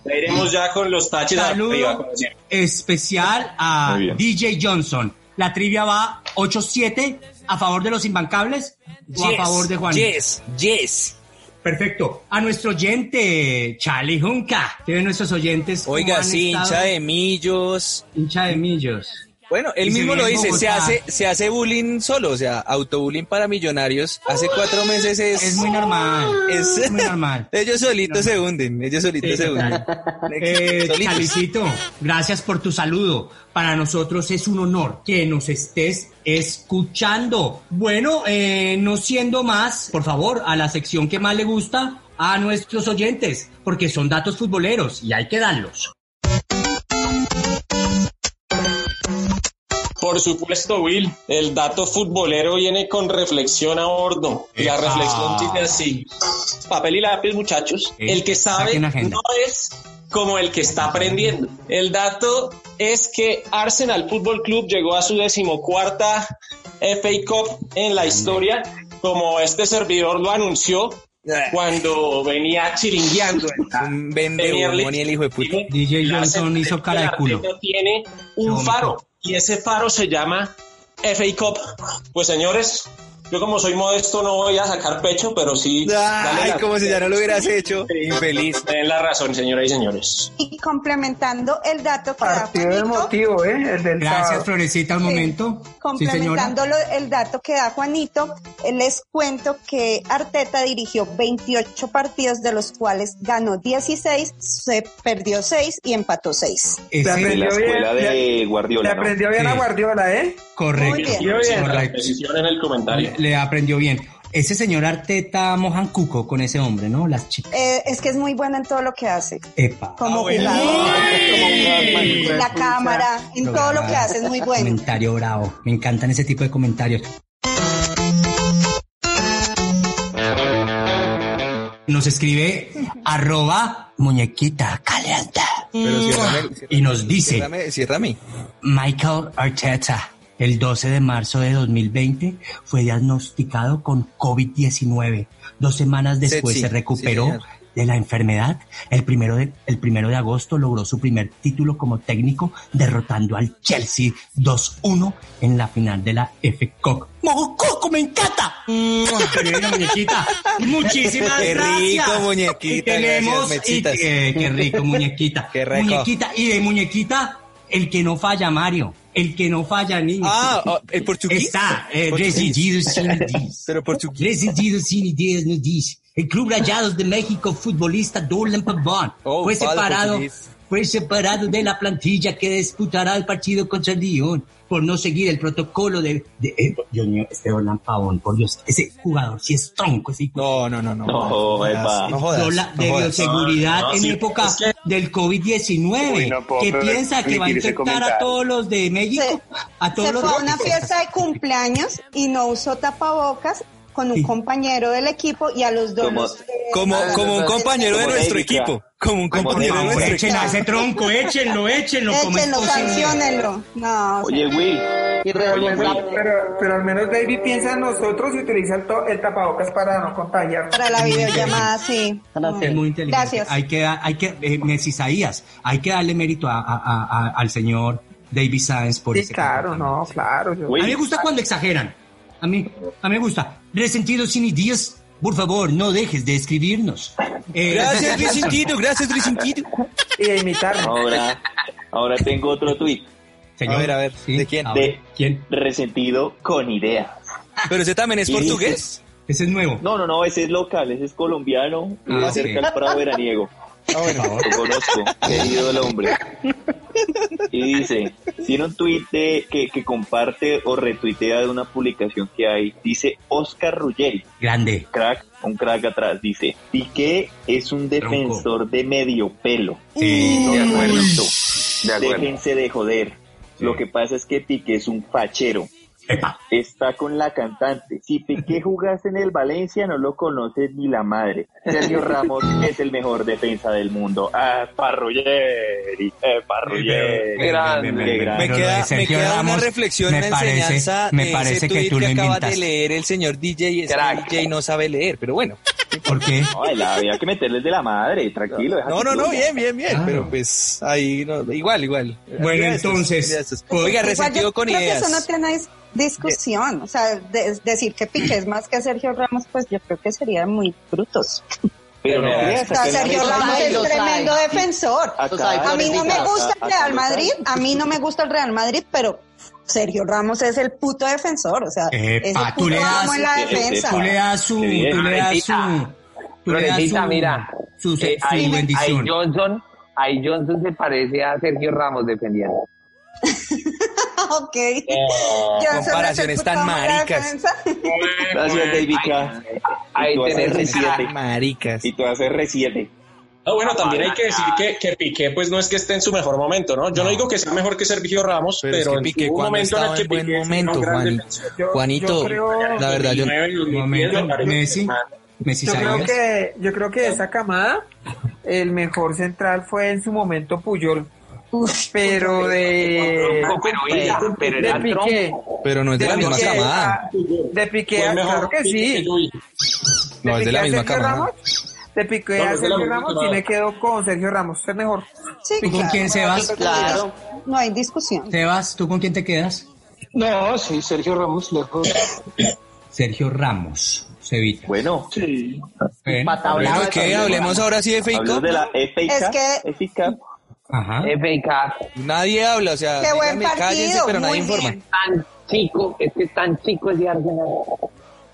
Speaker 10: La iremos ya con los taches arriba,
Speaker 4: Saludo
Speaker 10: como siempre.
Speaker 4: especial a
Speaker 7: Muy bien.
Speaker 4: DJ Johnson. La trivia va 8-7 a favor de los imbancables o a favor de Juan.
Speaker 5: Yes, yes.
Speaker 4: Perfecto. A nuestro oyente, Charlie Junca. Tienen nuestros oyentes. cómo
Speaker 5: Oiga,
Speaker 4: han
Speaker 5: sí,
Speaker 4: estado?
Speaker 5: hincha de millos.
Speaker 4: Hincha de millos.
Speaker 5: Bueno, él
Speaker 4: Y se
Speaker 5: mismo
Speaker 4: viene
Speaker 5: lo
Speaker 4: en
Speaker 5: dice, se
Speaker 4: Bogotá.
Speaker 5: hace, se hace bullying solo, o sea, autobullying para millonarios. Hace cuatro meses es...
Speaker 4: Es muy normal.
Speaker 5: es-
Speaker 4: Es muy normal.
Speaker 5: [laughs] ellos solitos se hunden, ellos solitos
Speaker 4: Sí,
Speaker 5: se hunden.
Speaker 4: total.
Speaker 3: [laughs]
Speaker 4: Eh,
Speaker 5: Solitos.
Speaker 4: Chalicito, gracias por tu saludo. Para nosotros es un honor que nos estés escuchando. Bueno, eh, no siendo más, por favor, a la sección que más le gusta a nuestros oyentes, porque son datos futboleros y hay que darlos.
Speaker 10: Por supuesto, Will, el dato futbolero viene con reflexión a bordo. Y la
Speaker 4: Epa.
Speaker 10: reflexión dice así. Papel y lápiz, muchachos.
Speaker 4: Eh,
Speaker 10: El que sabe
Speaker 4: saquen agenda.
Speaker 10: no es como el que está aprendiendo. El dato es que Arsenal Fútbol Club llegó a su decimocuarta FA Cup en la historia, como este servidor lo anunció
Speaker 5: Ah,
Speaker 10: cuando venía chiringueando en la
Speaker 5: Un vende
Speaker 10: Premier
Speaker 5: humo,
Speaker 10: League.
Speaker 5: ni el hijo de puta.
Speaker 4: DJ Johnson hizo cara de culo.
Speaker 10: Arteta tiene un
Speaker 4: Qué
Speaker 10: faro
Speaker 4: bonito.
Speaker 10: y ese faro se llama FA Cup. Pues señores, yo como soy modesto no voy a sacar pecho, pero sí. dale
Speaker 5: Ay,
Speaker 10: la-
Speaker 5: como si ya no lo hubieras hecho. Infeliz.
Speaker 10: Tienen la razón, señoras y señores.
Speaker 3: Y complementando el dato que da
Speaker 8: Partido
Speaker 3: Juanito,
Speaker 8: emotivo, ¿eh? El del
Speaker 4: Gracias,
Speaker 8: sábado.
Speaker 4: Florecita, un
Speaker 3: Sí.
Speaker 4: momento. Sí, señora.
Speaker 3: complementando lo- el dato que da Juanito, eh, les cuento que Arteta dirigió 28 partidos, de los cuales ganó 16, se perdió 6 y empató 6.
Speaker 4: Ese-
Speaker 8: Le
Speaker 7: De la
Speaker 8: aprendió
Speaker 7: escuela
Speaker 8: bien,
Speaker 7: de
Speaker 8: Le
Speaker 7: Guardiola, ¿no?
Speaker 8: aprendió bien a
Speaker 4: Sí.
Speaker 8: Guardiola, ¿eh?
Speaker 4: correcto.
Speaker 3: Muy bien.
Speaker 10: Yo bien, la
Speaker 4: correcto.
Speaker 10: precisión en el comentario.
Speaker 4: Le, le aprendió bien. Ese señor Arteta mojan cuco con ese hombre, ¿no? Las chicas.
Speaker 3: Eh, es que es muy bueno en todo lo que hace,
Speaker 4: Epa.
Speaker 5: Ah,
Speaker 3: como jugador, en la cámara, en todo lo que hace es muy bueno.
Speaker 4: Comentario bravo. Me encantan ese tipo de comentarios. Nos escribe arroba muñequita caliente.
Speaker 5: Pero ciérrame,
Speaker 4: Mm. Y nos dice
Speaker 5: ciérrame, ciérrame.
Speaker 4: Michael Arteta. El 12 de marzo de 2020 fue diagnosticado con COVID-19. Dos semanas después
Speaker 5: Sí,
Speaker 4: se
Speaker 5: sí,
Speaker 4: recuperó
Speaker 5: señor.
Speaker 4: de la enfermedad. El primero de, el primero de agosto logró su primer título como técnico, derrotando al Chelsea 2-1 en la final de la F
Speaker 5: [laughs]
Speaker 4: Cup. ¡Mococo, me encanta! Querida muñequita, muchísimas
Speaker 5: Qué rico,
Speaker 4: gracias.
Speaker 5: muñequita,
Speaker 4: Y tenemos,
Speaker 5: gracias,
Speaker 4: y-
Speaker 5: mechitas.
Speaker 4: eh, qué rico, muñequita.
Speaker 5: [laughs] Qué rico.
Speaker 4: Muñequita, y de muñequita, el que no falla, Mario. El que no falla, niño.
Speaker 5: Ah, ah, el portugués.
Speaker 4: Está, eh,
Speaker 5: Portugués.
Speaker 4: residido sin ideas.
Speaker 5: Pero portugués.
Speaker 4: Residido sin ideas, no dice. El Club Rayados de México, futbolista Dorlan Pavón,
Speaker 5: Oh,
Speaker 4: fue
Speaker 5: fala
Speaker 4: separado.
Speaker 5: portugués.
Speaker 4: fue fue separado de la plantilla que disputará el partido contra el Lyon por no seguir el protocolo de... de- eh, Dios mío, este Orlán Pavón, por Dios, ese jugador, si es tronco, ese
Speaker 5: No, no, no, no.
Speaker 7: No, epa.
Speaker 4: no de bioseguridad
Speaker 7: No, no,
Speaker 4: en
Speaker 7: sí,
Speaker 4: época
Speaker 7: es que-
Speaker 4: del COVID-19,
Speaker 7: Uy, no puedo
Speaker 4: que piensa que va a
Speaker 7: permitir ese
Speaker 4: infectar a
Speaker 7: comentario.
Speaker 4: todos los de México, a todos
Speaker 3: Se
Speaker 4: los
Speaker 3: fue a una
Speaker 4: de
Speaker 3: fiesta de cumpleaños y no usó tapabocas con un compañero del equipo y a los dos.
Speaker 7: Como- Ah,
Speaker 3: los, eh,
Speaker 5: Como,
Speaker 3: a los
Speaker 5: como un
Speaker 3: dos
Speaker 5: compañero
Speaker 3: les-
Speaker 5: de
Speaker 7: Como
Speaker 5: nuestro
Speaker 7: Erika.
Speaker 5: equipo. Como un
Speaker 7: Como
Speaker 5: compañero de
Speaker 7: Erika.
Speaker 5: nuestro
Speaker 4: Echen
Speaker 5: equipo.
Speaker 4: a ese tronco, échenlo, échenlo. ¿cómo es
Speaker 3: Échenlo,
Speaker 4: posible?
Speaker 3: sanciónenlo. No, o sea,
Speaker 7: Oye, Will.
Speaker 9: Y revolver
Speaker 8: Pero, pero al menos David piensa en nosotros y utiliza el, to- el tapabocas para no contagiar.
Speaker 3: para la videollamada, sí. No.
Speaker 4: Es muy inteligente.
Speaker 3: Gracias.
Speaker 4: Hay que, da- hay que, eh, Messi Isaías, hay que darle mérito a, a- a- a- al señor David Sáenz por
Speaker 8: Sí,
Speaker 4: ese
Speaker 8: claro,
Speaker 4: comportamiento.
Speaker 8: no, claro. yo-
Speaker 4: A mí me gusta cuando exageran. A mí, a mí me gusta. Resentido sin ideas, por favor, no dejes de escribirnos. Eh, [laughs]
Speaker 5: Gracias, Luisinquito. Gracias, Luisinquito.
Speaker 8: Y de imitarnos.
Speaker 7: Ahora, ahora tengo otro tuit.
Speaker 4: Señor,
Speaker 5: A ver, a ver,
Speaker 4: sí,
Speaker 5: ¿de quién?
Speaker 4: a
Speaker 7: De
Speaker 4: ver, ¿Quién?
Speaker 7: resentido con idea.
Speaker 5: Pero ese también es
Speaker 7: Y-
Speaker 5: portugués.
Speaker 4: Ese es nuevo.
Speaker 7: No, no, no, ese es local, ese es colombiano.
Speaker 4: Ah,
Speaker 7: vive
Speaker 4: ok.
Speaker 7: cerca al Prado Veraniego.
Speaker 5: Ah,
Speaker 7: Lo conozco, querido el hombre. Y dice, tiene un tuit de- que, que comparte o retuitea de una publicación que hay. Dice Oscar Ruggeri,
Speaker 4: Grande.
Speaker 7: crack, un crack atrás. Dice, Piqué es un defensor de medio pelo.
Speaker 4: Sí,
Speaker 7: No, no,
Speaker 6: acuerdo.
Speaker 7: listo.
Speaker 6: De acuerdo.
Speaker 7: Déjense de joder. Lo que pasa es que Piqué es un fachero.
Speaker 4: Epa.
Speaker 7: Está con la cantante. Si Piqué jugase en el Valencia, no lo conoce ni la madre.
Speaker 4: [laughs]
Speaker 7: Sergio Ramos es el mejor defensa del mundo. ¡Ah, Parrulleri! ¡Eh, Parrulleri!
Speaker 6: Qué grande.
Speaker 7: Qué
Speaker 5: Me
Speaker 7: grande.
Speaker 4: Pero lo de
Speaker 5: queda, Ah, me
Speaker 4: Sergio
Speaker 5: queda una
Speaker 4: Ramos,
Speaker 5: reflexión,
Speaker 4: me
Speaker 5: una
Speaker 4: parece-
Speaker 5: enseñanza
Speaker 4: me
Speaker 5: de
Speaker 4: parece
Speaker 5: ese
Speaker 4: que
Speaker 5: tuit
Speaker 4: tú lo
Speaker 5: que acaba de
Speaker 4: inventaste.
Speaker 5: leer el señor DJ y ese
Speaker 6: Crack.
Speaker 5: DJ no sabe leer, pero bueno.
Speaker 4: ¿Por qué?
Speaker 7: No, el- había que meterles de la madre, tranquilo. deja
Speaker 5: No,
Speaker 7: que
Speaker 5: no, no,
Speaker 7: fluya.
Speaker 5: bien, bien, bien.
Speaker 4: Claro.
Speaker 5: Pero pues ahí, no, igual, igual.
Speaker 4: Bueno,
Speaker 5: Ya estos,
Speaker 4: entonces,
Speaker 5: ya estos.
Speaker 4: pues-
Speaker 5: Oiga,
Speaker 3: Igual
Speaker 5: resentido
Speaker 3: yo
Speaker 5: con
Speaker 3: creo
Speaker 5: ideas.
Speaker 3: que eso no tiene dis- discusión. O sea, de- decir que Piqué es más que Sergio Ramos, pues yo creo que serían muy brutos.
Speaker 7: Pero no creas,
Speaker 3: O sea,
Speaker 7: acá en la
Speaker 3: Sergio
Speaker 9: los
Speaker 7: mesa-
Speaker 3: Ramos
Speaker 9: hay,
Speaker 3: es
Speaker 9: los
Speaker 3: tremendo
Speaker 9: hay.
Speaker 3: defensor.
Speaker 7: acá-
Speaker 9: los hay,
Speaker 3: A mí no me
Speaker 9: Pobrecita,
Speaker 3: gusta el
Speaker 7: acá- acá
Speaker 3: Real
Speaker 7: los hay.
Speaker 3: Madrid, a mí no me gusta el Real Madrid, pero Sergio Ramos es el puto defensor, o sea,
Speaker 4: Epa,
Speaker 3: es el
Speaker 4: tú le
Speaker 3: puto
Speaker 4: das-
Speaker 3: amo en la
Speaker 7: Sí, sí,
Speaker 3: defensa.
Speaker 4: Tú le das su, tú
Speaker 7: Qué bien.
Speaker 4: le das su,
Speaker 6: Florecita.
Speaker 4: tú le das
Speaker 6: Florecita,
Speaker 4: su,
Speaker 6: mira.
Speaker 4: su,
Speaker 6: Eh,
Speaker 4: su
Speaker 6: ahí-
Speaker 4: bendición.
Speaker 6: ahí Johnson, ahí Johnson se parece a Sergio Ramos defendiendo.
Speaker 3: [laughs] ok.
Speaker 4: Oh,
Speaker 3: Yo solo soy
Speaker 5: comparaciones
Speaker 3: puto
Speaker 5: tan
Speaker 3: amo en la
Speaker 5: maricas.
Speaker 3: defensa.
Speaker 6: [laughs]
Speaker 7: Gracias, David K.
Speaker 6: Ahí
Speaker 7: Y tú haces
Speaker 6: tenés
Speaker 7: R7.
Speaker 6: un
Speaker 5: Maricas.
Speaker 7: Y tú haces R7.
Speaker 10: No, bueno, también hay que decir que, que Piqué pues no es que esté en su mejor momento, ¿no? Yo no, digo que sea mejor que Sergio Ramos,
Speaker 5: Pero
Speaker 10: pero,
Speaker 5: es que
Speaker 10: en
Speaker 5: Piqué
Speaker 10: un
Speaker 5: cuando
Speaker 10: momento en
Speaker 5: estaba
Speaker 10: el que
Speaker 5: en buen
Speaker 10: Piqué es un
Speaker 5: momento,
Speaker 10: gran
Speaker 5: Juan-
Speaker 10: defensor.
Speaker 8: Yo-
Speaker 5: Juanito,
Speaker 8: yo creo-
Speaker 5: la verdad,
Speaker 10: 2009,
Speaker 5: yo,
Speaker 4: Un momento,
Speaker 10: 2010 me parece
Speaker 4: Messi,
Speaker 10: mal.
Speaker 7: Ah.
Speaker 4: Messi
Speaker 8: Yo creo
Speaker 4: Isaías.
Speaker 8: que, yo creo que de esa camada, el mejor central fue en su momento Puyol. Pero de,
Speaker 6: pero oiga, pero
Speaker 8: de
Speaker 6: era
Speaker 8: Piqué,
Speaker 6: tronco.
Speaker 5: pero no es de la
Speaker 8: de
Speaker 5: misma
Speaker 8: Piqué,
Speaker 5: camada.
Speaker 8: a- de Piqué,
Speaker 10: Fue mejor
Speaker 8: claro que
Speaker 10: Piqué
Speaker 8: sí.
Speaker 10: Luis.
Speaker 5: No, es de
Speaker 8: Piqué
Speaker 5: la
Speaker 8: a
Speaker 5: misma
Speaker 8: Sergio
Speaker 5: camada.
Speaker 8: Ramos, de Piqué a
Speaker 10: No, es de la
Speaker 8: Sergio
Speaker 10: misma
Speaker 8: Ramos y
Speaker 10: camada.
Speaker 8: me quedo con Sergio Ramos, es mejor.
Speaker 3: Sí,
Speaker 4: ¿Tú con
Speaker 3: claro.
Speaker 4: quién se vas?
Speaker 9: Claro.
Speaker 3: No hay discusión.
Speaker 4: Sebas, ¿tú con quién te quedas?
Speaker 12: No, sí, Sergio Ramos lejos.
Speaker 4: Sergio Ramos, Sevilla.
Speaker 7: Bueno,
Speaker 4: Ven.
Speaker 9: Pata
Speaker 5: Bueno,
Speaker 9: brava.
Speaker 5: ¿qué? Hablemos ahora sí de fake
Speaker 7: hablamos
Speaker 5: Cup,
Speaker 7: de la
Speaker 5: ¿no?
Speaker 8: E
Speaker 7: FA Cup.
Speaker 3: Es que-
Speaker 7: FA Cup.
Speaker 4: Ajá.
Speaker 6: E FA Cup.
Speaker 5: Nadie habla, o sea,
Speaker 3: Qué buen
Speaker 5: díganme, cállense,
Speaker 3: partido,
Speaker 5: pero
Speaker 3: muy
Speaker 5: nadie informa.
Speaker 3: bien.
Speaker 6: Tan chico, es que es tan chico ese Arsenal.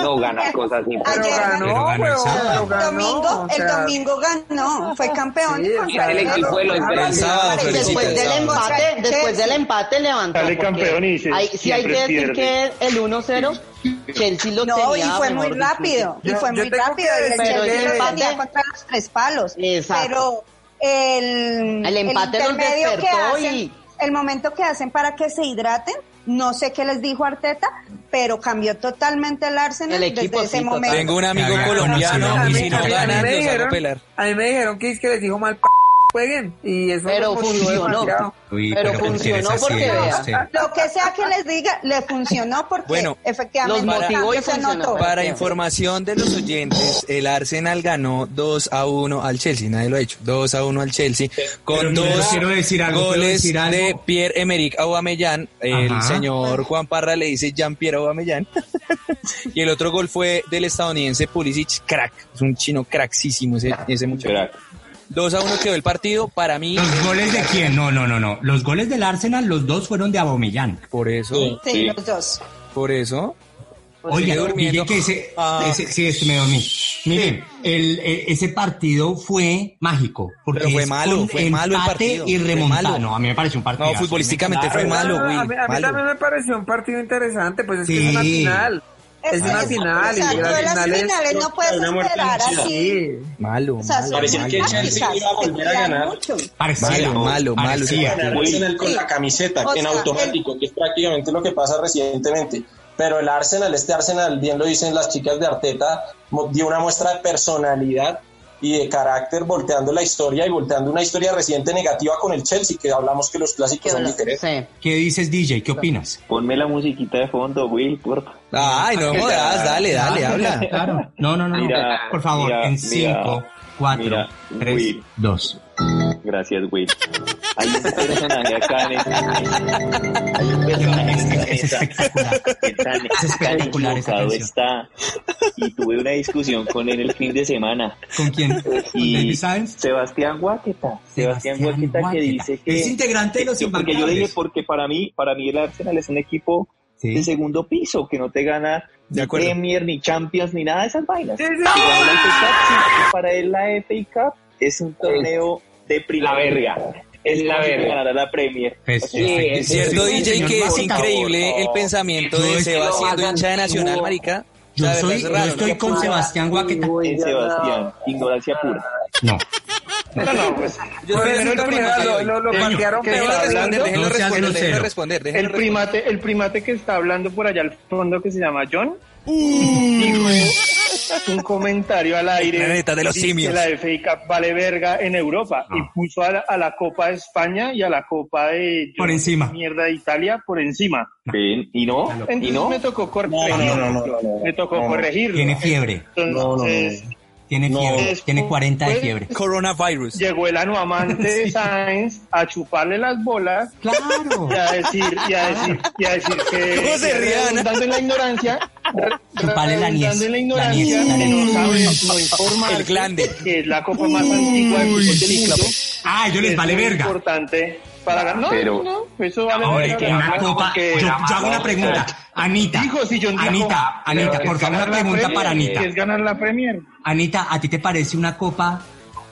Speaker 6: No gana cosas
Speaker 8: Pero
Speaker 3: [laughs] Ayer
Speaker 6: importantes.
Speaker 8: ganó,
Speaker 4: Pero ganó el
Speaker 8: huevón,
Speaker 4: sábado.
Speaker 8: pero ganó,
Speaker 3: domingo,
Speaker 8: o
Speaker 3: el
Speaker 8: sea,
Speaker 3: domingo ganó, fue campeón.
Speaker 8: Sí, o sea,
Speaker 6: el equipo de los
Speaker 8: Ganó.
Speaker 6: grandes.
Speaker 5: sábado,
Speaker 9: Después
Speaker 5: Felicita,
Speaker 9: del
Speaker 5: sábado.
Speaker 9: empate, después del empate levantó.
Speaker 12: Sale
Speaker 9: porque
Speaker 12: campeón y dice,
Speaker 9: hay, sí hay que
Speaker 12: siempre
Speaker 9: decir
Speaker 12: pierde.
Speaker 9: que el 1-0, Chelsea lo
Speaker 3: No, y
Speaker 9: tenía.
Speaker 3: fue muy
Speaker 9: mejor dicho.
Speaker 3: rápido, y
Speaker 8: Yo-
Speaker 3: fue
Speaker 8: yo
Speaker 3: muy
Speaker 8: tengo
Speaker 3: rápido,
Speaker 8: que
Speaker 3: y el
Speaker 9: decir
Speaker 3: Chelsea
Speaker 9: que-
Speaker 3: lo tenía contra los tres palos,
Speaker 9: Exacto.
Speaker 3: pero el,
Speaker 9: El empate los
Speaker 3: intermedio que
Speaker 9: despertó
Speaker 3: hacen,
Speaker 9: y-
Speaker 3: el momento que hacen para que se hidraten, no sé qué les dijo Arteta, pero cambió totalmente el Arsenal
Speaker 9: El equipo,
Speaker 3: desde ese
Speaker 9: sí,
Speaker 3: momento.
Speaker 9: total.
Speaker 5: Tengo un amigo
Speaker 4: Ya, ya,
Speaker 5: colombiano
Speaker 8: A
Speaker 5: y
Speaker 8: mí,
Speaker 5: si no
Speaker 8: a mí- a mí
Speaker 5: ganan,
Speaker 8: me
Speaker 5: los hago
Speaker 8: dijeron,
Speaker 5: pelar.
Speaker 8: a mí me dijeron que es que les dijo mal p jueguen y eso
Speaker 9: Pero
Speaker 8: los motivó
Speaker 9: funcionó.
Speaker 8: demasiado.
Speaker 4: Uy,
Speaker 9: Pero
Speaker 4: ¿por qué eres
Speaker 9: funcionó
Speaker 4: así,
Speaker 9: porque vea.
Speaker 4: este?
Speaker 3: Lo que sea que les diga, le funcionó porque
Speaker 5: Bueno,
Speaker 3: efectivamente
Speaker 9: los
Speaker 3: el
Speaker 9: motivó y
Speaker 3: cambio se
Speaker 9: funcionó.
Speaker 3: notó.
Speaker 5: Para información de los oyentes, el Arsenal ganó 2 a 1 al Chelsea, nadie lo ha hecho. 2 a 1 al Chelsea
Speaker 4: Pero
Speaker 5: con
Speaker 4: mira,
Speaker 5: dos
Speaker 4: quiero decir algo, quiero
Speaker 5: goles
Speaker 4: decir algo.
Speaker 5: de Pierre Emerick Aubameyang, el
Speaker 4: Ajá.
Speaker 5: señor Juan Parra le dice Jean Pierre Aubameyang. [laughs] y el otro gol fue del estadounidense Pulisic, crack, es un chino cracksísimo ese, ese muchacho.
Speaker 7: Crack.
Speaker 5: 2 a 1 quedó el partido. Para mí.
Speaker 4: ¿Los goles de quién? No, no, no, no. Los goles del Arsenal, los dos fueron de Abomellán.
Speaker 5: Por eso.
Speaker 3: Sí, los dos.
Speaker 5: Por eso.
Speaker 4: Oye,
Speaker 5: Sigue durmiendo.
Speaker 4: dije que ese,
Speaker 5: Ah.
Speaker 4: ese- sí, este me dormí. Miren, el, e- ese partido fue mágico. Porque
Speaker 5: Pero fue
Speaker 4: es
Speaker 5: malo,
Speaker 4: con
Speaker 5: fue malo el
Speaker 4: empate
Speaker 5: partido,
Speaker 4: Y
Speaker 5: fue
Speaker 4: remontada.
Speaker 5: malo.
Speaker 4: No, a mí me pareció un partido.
Speaker 5: No, futbolísticamente fue malo, güey.
Speaker 8: A mí, a mí
Speaker 5: malo.
Speaker 8: también me pareció un partido interesante, pues es
Speaker 4: Sí.
Speaker 8: que es una final. Es,
Speaker 3: Es-
Speaker 8: una
Speaker 3: es-
Speaker 8: final.
Speaker 3: o sea,
Speaker 8: y
Speaker 3: tú
Speaker 8: las
Speaker 3: en las
Speaker 8: finales,
Speaker 3: finales no puedes
Speaker 8: una muerte
Speaker 3: esperar
Speaker 8: vencida.
Speaker 3: así.
Speaker 8: Sí.
Speaker 5: Malo,
Speaker 3: O sea,
Speaker 5: malo.
Speaker 3: son
Speaker 10: Parecía
Speaker 5: malo.
Speaker 10: que el
Speaker 3: tácticas,
Speaker 10: Chelsea iba a
Speaker 3: te
Speaker 10: volver a
Speaker 3: cuidan
Speaker 10: ganar.
Speaker 3: mucho.
Speaker 4: Parecía,
Speaker 5: Malo, malo, malo,
Speaker 4: parecía.
Speaker 5: sí.
Speaker 10: ganar Arsenal con la camiseta,
Speaker 3: O
Speaker 10: en
Speaker 3: sea,
Speaker 10: automático, que es prácticamente lo que pasa recientemente. Pero el Arsenal, este Arsenal, bien lo dicen las chicas de Arteta, mo- dio una muestra de personalidad y de carácter volteando la historia y volteando una historia reciente negativa con el Chelsea, que hablamos que los clásicos son diferentes.
Speaker 9: Sí.
Speaker 4: ¿Qué dices, DJ? ¿Qué opinas?
Speaker 7: Ponme la musiquita de fondo, Will, porfa.
Speaker 5: Ay,
Speaker 4: Ah,
Speaker 7: [laughs]
Speaker 5: no jodas, dale, dale,
Speaker 4: Claro,
Speaker 5: habla.
Speaker 4: Claro. No, no, no. no.
Speaker 7: Mira,
Speaker 4: Por favor,
Speaker 7: mira,
Speaker 4: en
Speaker 7: mira,
Speaker 4: 5, 4,
Speaker 7: mira,
Speaker 4: 3,
Speaker 7: Will.
Speaker 4: 2.
Speaker 7: Gracias, Will. Hay un personaje acá en este- Hay un
Speaker 4: Es, [laughs]
Speaker 7: personaje
Speaker 4: es- es espectacular.
Speaker 7: que tan, tan
Speaker 4: espectacular esa
Speaker 7: equivocado
Speaker 4: canción.
Speaker 7: está. Y tuve una discusión con él el fin de semana.
Speaker 4: ¿Con quién? ¿Con
Speaker 7: Y
Speaker 4: David Sáenz?
Speaker 7: Sebastián Guaqueta. Sebastián Guaqueta que dice que...
Speaker 4: es integrante de los
Speaker 7: Yo- porque yo le dije,
Speaker 4: Inbancables.
Speaker 7: porque para mí, para mí el Arsenal es un equipo
Speaker 4: Sí.
Speaker 7: de segundo piso que no te gana ni
Speaker 5: De acuerdo.
Speaker 7: Premier, ni Champions, ni nada de esas vainas.
Speaker 8: Sí,
Speaker 7: Y
Speaker 8: sí,
Speaker 7: la
Speaker 8: sí.
Speaker 7: FA Cup, sí, para él la FA Cup es un torneo de primera.
Speaker 6: La verga.
Speaker 7: Es
Speaker 6: Es la
Speaker 7: como si
Speaker 6: verga.
Speaker 7: ganara la Premier.
Speaker 4: Pues,
Speaker 7: O sea,
Speaker 4: perfecto.
Speaker 6: sí, es
Speaker 5: este, Cierto,
Speaker 4: Sí,
Speaker 5: DJ,
Speaker 4: señor
Speaker 5: que es
Speaker 4: Guaqueta.
Speaker 5: increíble el
Speaker 6: No,
Speaker 5: pensamiento
Speaker 4: no
Speaker 5: de
Speaker 4: es-
Speaker 5: Seba
Speaker 6: no
Speaker 5: siendo
Speaker 6: hagan-
Speaker 5: hincha de Nacional,
Speaker 6: no.
Speaker 5: marica.
Speaker 4: Yo,
Speaker 5: La verdad
Speaker 4: soy,
Speaker 5: es
Speaker 4: yo
Speaker 5: raro,
Speaker 4: estoy
Speaker 5: ¿no?
Speaker 4: con Sebastián Guaqueta.
Speaker 7: es Sebastián, ignorancia pura.
Speaker 4: No.
Speaker 12: No, no,
Speaker 8: Pues,
Speaker 12: pues.
Speaker 5: Yo primero el
Speaker 8: entonces,
Speaker 5: primero,
Speaker 8: lo,
Speaker 5: Eloy.
Speaker 8: lo, lo
Speaker 12: Señor,
Speaker 8: patearon
Speaker 12: que
Speaker 8: peor.
Speaker 5: Déjenlo responder,
Speaker 8: hablando.
Speaker 4: No
Speaker 5: déjenlo
Speaker 4: seas
Speaker 5: responder, déjenlo
Speaker 4: grosero.
Speaker 5: responder,
Speaker 12: El
Speaker 5: déjenlo
Speaker 12: primate, el primate que está hablando por allá al fondo que se llama John. Dijo un comentario al aire.
Speaker 5: Planeta de los
Speaker 12: dice
Speaker 5: simios.
Speaker 12: que La FA Cup vale verga en Europa y
Speaker 4: Ah.
Speaker 12: puso a la, a la Copa de España y a la Copa de
Speaker 4: Por encima.
Speaker 12: mierda de Italia por encima.
Speaker 7: Ven, y no, y
Speaker 12: Entonces
Speaker 7: no.
Speaker 12: me tocó
Speaker 10: No,
Speaker 12: corregirlo.
Speaker 10: no, no, no, no,
Speaker 12: me tocó corregirlo.
Speaker 4: Tiene fiebre.
Speaker 12: Entonces,
Speaker 4: Tiene
Speaker 10: No.
Speaker 4: fiebre. Tiene 40 de
Speaker 12: Pues,
Speaker 4: fiebre.
Speaker 5: responder. Coronavirus.
Speaker 12: llegó el
Speaker 4: [laughs]
Speaker 12: anuamante de Sainz a chuparle las bolas
Speaker 4: Claro.
Speaker 12: y a decir, y a decir, y a decir
Speaker 4: [laughs]
Speaker 12: que
Speaker 5: ¿Cómo se ríe, Ana?
Speaker 12: dando en la ignorancia,
Speaker 4: Chuparle la niez,
Speaker 12: dando en la
Speaker 4: la
Speaker 12: ignorancia,
Speaker 4: niez, la
Speaker 12: que
Speaker 4: niez.
Speaker 12: no sabe, no informa
Speaker 5: El glande.
Speaker 12: que es la copa más antigua del fútbol del mundo,
Speaker 4: Ah, yo
Speaker 12: que
Speaker 4: les
Speaker 12: es
Speaker 4: vale
Speaker 12: muy
Speaker 4: verga.
Speaker 12: importante para ganar. No,
Speaker 7: Pero-
Speaker 12: no, Pues, eso vale
Speaker 4: Ahora,
Speaker 12: verga,
Speaker 4: que una
Speaker 12: ganar,
Speaker 4: copa.
Speaker 12: porque-
Speaker 4: Yo, yo hago una pregunta. Anita.
Speaker 12: Dijo si John Diego-
Speaker 4: Anita, Anita, por
Speaker 12: Pero que
Speaker 4: favor,
Speaker 12: es ganar
Speaker 4: una
Speaker 12: la
Speaker 4: pregunta
Speaker 12: Premier,
Speaker 4: para Anita.
Speaker 12: que es ganar la Premier.
Speaker 4: Anita, ¿a ti te parece una copa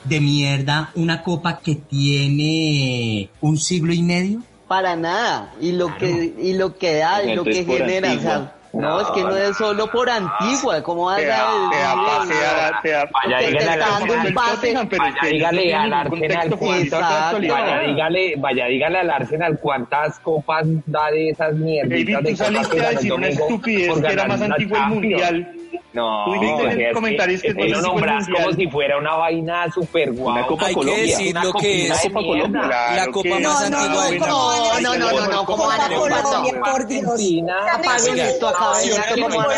Speaker 4: de mierda, una copa que tiene un siglo y medio?
Speaker 9: Para nada. Y lo que y lo que da, y lo
Speaker 7: Entonces,
Speaker 9: que
Speaker 7: por
Speaker 9: genera. o sea,
Speaker 7: antigua.
Speaker 9: no, es que no es solo por antigua. ¿Cómo vas a
Speaker 12: Te da- te da
Speaker 9: decir
Speaker 12: pase
Speaker 9: eso?
Speaker 12: a- te da-
Speaker 6: Vaya,
Speaker 12: te
Speaker 6: dígale
Speaker 12: está
Speaker 6: al
Speaker 12: dando
Speaker 9: Arsenal.
Speaker 12: el Tottenham, pero
Speaker 6: Vaya,
Speaker 12: es que
Speaker 6: dígale
Speaker 12: no tiene
Speaker 6: al
Speaker 12: ningún
Speaker 6: Arsenal,
Speaker 12: contexto
Speaker 6: pues,
Speaker 12: futbolista de
Speaker 9: exacto.
Speaker 12: actualidad.
Speaker 6: Vaya, dígale, vaya, dígale al Arsenal cuántas copas da de esas mierdas.
Speaker 12: David, tú saliste a decir una estupidez que era más antiguo el mundial.
Speaker 6: No,
Speaker 12: Tú dijiste en el
Speaker 6: porque es
Speaker 12: comentario, es que es
Speaker 6: lo
Speaker 12: más antiguo el
Speaker 6: nombras como
Speaker 12: mundial.
Speaker 6: si fuera una vaina super guau.
Speaker 7: Una Copa
Speaker 5: Hay que
Speaker 7: Colombia.
Speaker 5: decir lo que
Speaker 6: Una
Speaker 5: es
Speaker 6: Copa Colombia.
Speaker 5: la
Speaker 12: Claro
Speaker 5: copa
Speaker 12: que-
Speaker 5: más
Speaker 3: No, no,
Speaker 5: antigua
Speaker 3: no,
Speaker 5: del
Speaker 3: ¿cómo
Speaker 5: mundo.
Speaker 3: van a
Speaker 9: No,
Speaker 3: decir
Speaker 9: no, no, no, ¿cómo van a
Speaker 3: Copa Colombia,
Speaker 9: comparar?
Speaker 3: por Dios?
Speaker 9: Apaguen
Speaker 3: Oiga,
Speaker 9: esto, acaben
Speaker 10: Nacional,
Speaker 9: esto,
Speaker 10: que
Speaker 9: ¿cómo van a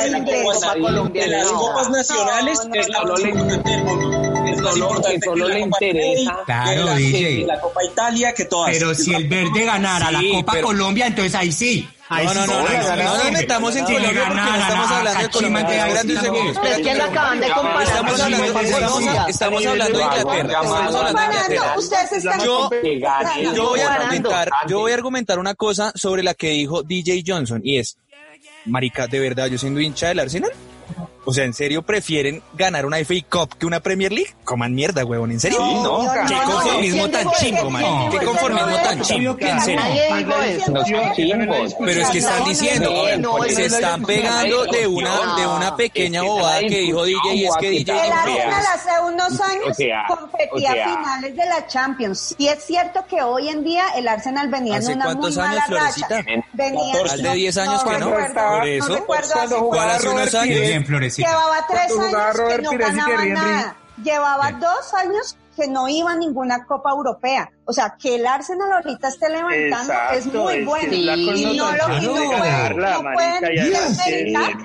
Speaker 9: decir que
Speaker 10: no
Speaker 9: es
Speaker 10: pasa
Speaker 9: Copa
Speaker 10: nada. De
Speaker 9: Colombia?
Speaker 10: las
Speaker 9: No.
Speaker 10: copas nacionales
Speaker 3: No, no,
Speaker 10: es la
Speaker 6: solo
Speaker 10: más
Speaker 6: le-
Speaker 10: importante del mundo. Es más
Speaker 6: solo-
Speaker 10: importante
Speaker 6: solo
Speaker 10: que la
Speaker 6: le
Speaker 10: Copa
Speaker 6: interesa.
Speaker 10: Rey,
Speaker 4: Claro,
Speaker 10: que la-
Speaker 4: DJ.
Speaker 10: que la Copa Italia, que todas.
Speaker 4: Pero si el verde ganara la
Speaker 5: Sí,
Speaker 4: Copa
Speaker 5: pero-
Speaker 4: Colombia, entonces ahí sí. Ahí
Speaker 5: No,
Speaker 4: sí,
Speaker 5: no, no, no,
Speaker 4: ahí sí,
Speaker 5: no, no nos
Speaker 4: sirve.
Speaker 5: metamos en
Speaker 4: Que
Speaker 5: Colombia porque no
Speaker 4: ganara
Speaker 5: estamos
Speaker 4: la
Speaker 5: hablando de
Speaker 4: Cachima
Speaker 5: Colombia.
Speaker 4: de
Speaker 5: Espérate un
Speaker 4: Argentina.
Speaker 5: segundo.
Speaker 9: Pero es que la acaban de comparar.
Speaker 5: Estamos
Speaker 9: con la
Speaker 5: hablando,
Speaker 9: Copa
Speaker 5: estamos,
Speaker 9: Colombia.
Speaker 5: estamos hablando de Inglaterra. Estamos hablando de Inglaterra.
Speaker 3: Comparando, ustedes están
Speaker 5: Yo-
Speaker 3: comparando.
Speaker 5: Yo voy a
Speaker 9: Comparando.
Speaker 5: argumentar, yo voy a argumentar una cosa sobre la que dijo DJ Johnson y es, marica, de verdad, yo siendo hincha del Arsenal, o sea, ¿en serio prefieren ganar una FA Cup que una Premier League? Coman mierda, huevón, ¿en serio?
Speaker 3: No, no,
Speaker 5: Qué
Speaker 3: no, no,
Speaker 5: conformismo
Speaker 9: ¿quién
Speaker 5: tan
Speaker 9: dijo eso?
Speaker 5: chimbo,
Speaker 9: ¿Quién
Speaker 5: marica.
Speaker 9: dijo
Speaker 5: Qué
Speaker 9: eso?
Speaker 5: conformismo
Speaker 9: No,
Speaker 5: tan
Speaker 9: no,
Speaker 5: chimbo, que en serio.
Speaker 9: Nadie dijo eso.
Speaker 6: No son
Speaker 5: Pero es que están
Speaker 9: No,
Speaker 5: diciendo,
Speaker 9: no,
Speaker 5: eh,
Speaker 9: no,
Speaker 5: se
Speaker 9: no, no,
Speaker 5: están
Speaker 9: no,
Speaker 5: pegando
Speaker 9: no,
Speaker 5: de
Speaker 9: no,
Speaker 5: una
Speaker 9: no.
Speaker 5: de una pequeña
Speaker 6: Es que
Speaker 5: bobada
Speaker 6: está
Speaker 5: que dijo DJ y es que
Speaker 6: discutiendo,
Speaker 5: DJ
Speaker 6: guau,
Speaker 3: El
Speaker 6: O
Speaker 5: no
Speaker 6: sea,
Speaker 3: Arsenal hace unos años
Speaker 6: o sea,
Speaker 3: competía
Speaker 6: o sea.
Speaker 3: a finales de la Champions. Sí es cierto que hoy en día el Arsenal venía en
Speaker 5: ¿Hace
Speaker 3: una muy
Speaker 5: cuántos años,
Speaker 3: mala racha.
Speaker 5: Florecita?
Speaker 3: Venía
Speaker 5: Hace 10 años que no.
Speaker 3: recuerdo,
Speaker 5: Por
Speaker 3: no
Speaker 5: eso,
Speaker 3: recuerdo
Speaker 8: Pues
Speaker 3: hace
Speaker 8: cuando
Speaker 5: ¿Cuál
Speaker 8: jugaba
Speaker 5: hace unos
Speaker 8: Robert
Speaker 4: Muy
Speaker 5: años?
Speaker 4: bien, Florecita.
Speaker 3: Llevaba tres
Speaker 8: Cuando jugaba
Speaker 3: años que
Speaker 8: Robert
Speaker 3: no
Speaker 8: Pires y
Speaker 3: ganaba
Speaker 8: Thierry Henry.
Speaker 3: nada. Llevaba
Speaker 4: Sí.
Speaker 3: dos años que no iba a ninguna Copa Europea. O sea, que el Arsenal ahorita esté levantando
Speaker 12: Exacto,
Speaker 3: es muy
Speaker 12: es que
Speaker 3: bueno. Y no,
Speaker 12: la
Speaker 3: lo,
Speaker 12: connotación
Speaker 3: y no
Speaker 12: de
Speaker 3: pueden-
Speaker 12: ganarla,
Speaker 3: no pueden
Speaker 12: marica, ya la
Speaker 3: desmeritar, no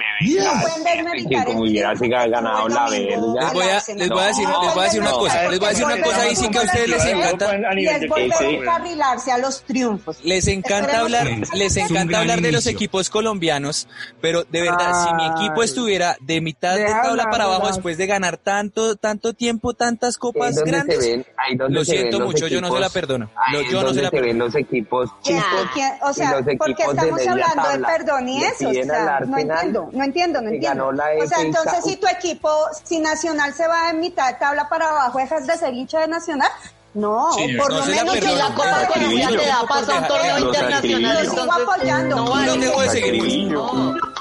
Speaker 3: pueden
Speaker 6: que
Speaker 3: desmeritar el
Speaker 6: como hubiera sido ganado la verga.
Speaker 5: Les voy a, les voy a decir, les voy a decir una cosa, les voy a decir una cosa ahí sí que a ustedes les encanta.
Speaker 3: y es volver a encarrilarse a los triunfos.
Speaker 5: Les encanta
Speaker 3: Esperemos
Speaker 5: hablar,
Speaker 3: que- Es
Speaker 5: les
Speaker 3: un
Speaker 5: encanta
Speaker 3: gran
Speaker 5: hablar de los
Speaker 3: inicio.
Speaker 5: equipos colombianos, pero de verdad, si mi equipo
Speaker 6: Ay.
Speaker 5: estuviera de mitad de
Speaker 6: Deja
Speaker 5: tabla
Speaker 6: hablar,
Speaker 5: para abajo
Speaker 6: Blas.
Speaker 5: después de ganar tanto, tanto tiempo, tantas
Speaker 6: Ahí
Speaker 5: copas
Speaker 6: donde
Speaker 5: grandes,
Speaker 6: se ven- ahí donde
Speaker 5: lo
Speaker 6: se ven
Speaker 5: siento
Speaker 6: los
Speaker 5: mucho, yo no se la
Speaker 6: equipos-
Speaker 5: perdono.
Speaker 6: ahí
Speaker 5: Lo-
Speaker 6: es
Speaker 5: yo no se
Speaker 6: donde
Speaker 5: la
Speaker 6: se ven
Speaker 5: perdono.
Speaker 6: los equipos
Speaker 3: Ya,
Speaker 6: chicos
Speaker 3: ¿quién- o
Speaker 6: pues, y
Speaker 3: sea,
Speaker 6: los equipos
Speaker 3: porque estamos
Speaker 6: de media
Speaker 3: hablando
Speaker 6: tabla.
Speaker 3: de perdón y
Speaker 6: Le
Speaker 3: eso, o
Speaker 6: piden
Speaker 3: sea,
Speaker 6: al
Speaker 3: no
Speaker 6: Arsenal
Speaker 3: entiendo, no entiendo, no
Speaker 6: que
Speaker 3: entiendo.
Speaker 6: ganó la
Speaker 3: o sea,
Speaker 6: FA
Speaker 3: entonces
Speaker 6: Cup.
Speaker 3: si tu equipo, si Nacional se va en mitad de tabla para abajo, dejas de ser hincha de Nacional. No,
Speaker 5: Sí,
Speaker 3: por
Speaker 5: no
Speaker 3: lo
Speaker 5: se la
Speaker 3: menos
Speaker 5: perdono.
Speaker 3: que la
Speaker 5: Los
Speaker 3: Copa Colombia
Speaker 5: acribillo.
Speaker 3: te da paso a un
Speaker 5: Los
Speaker 3: torneo
Speaker 5: acribillo.
Speaker 3: internacional,
Speaker 5: Los
Speaker 3: lo sigo apoyando.
Speaker 5: No dejo de seguir.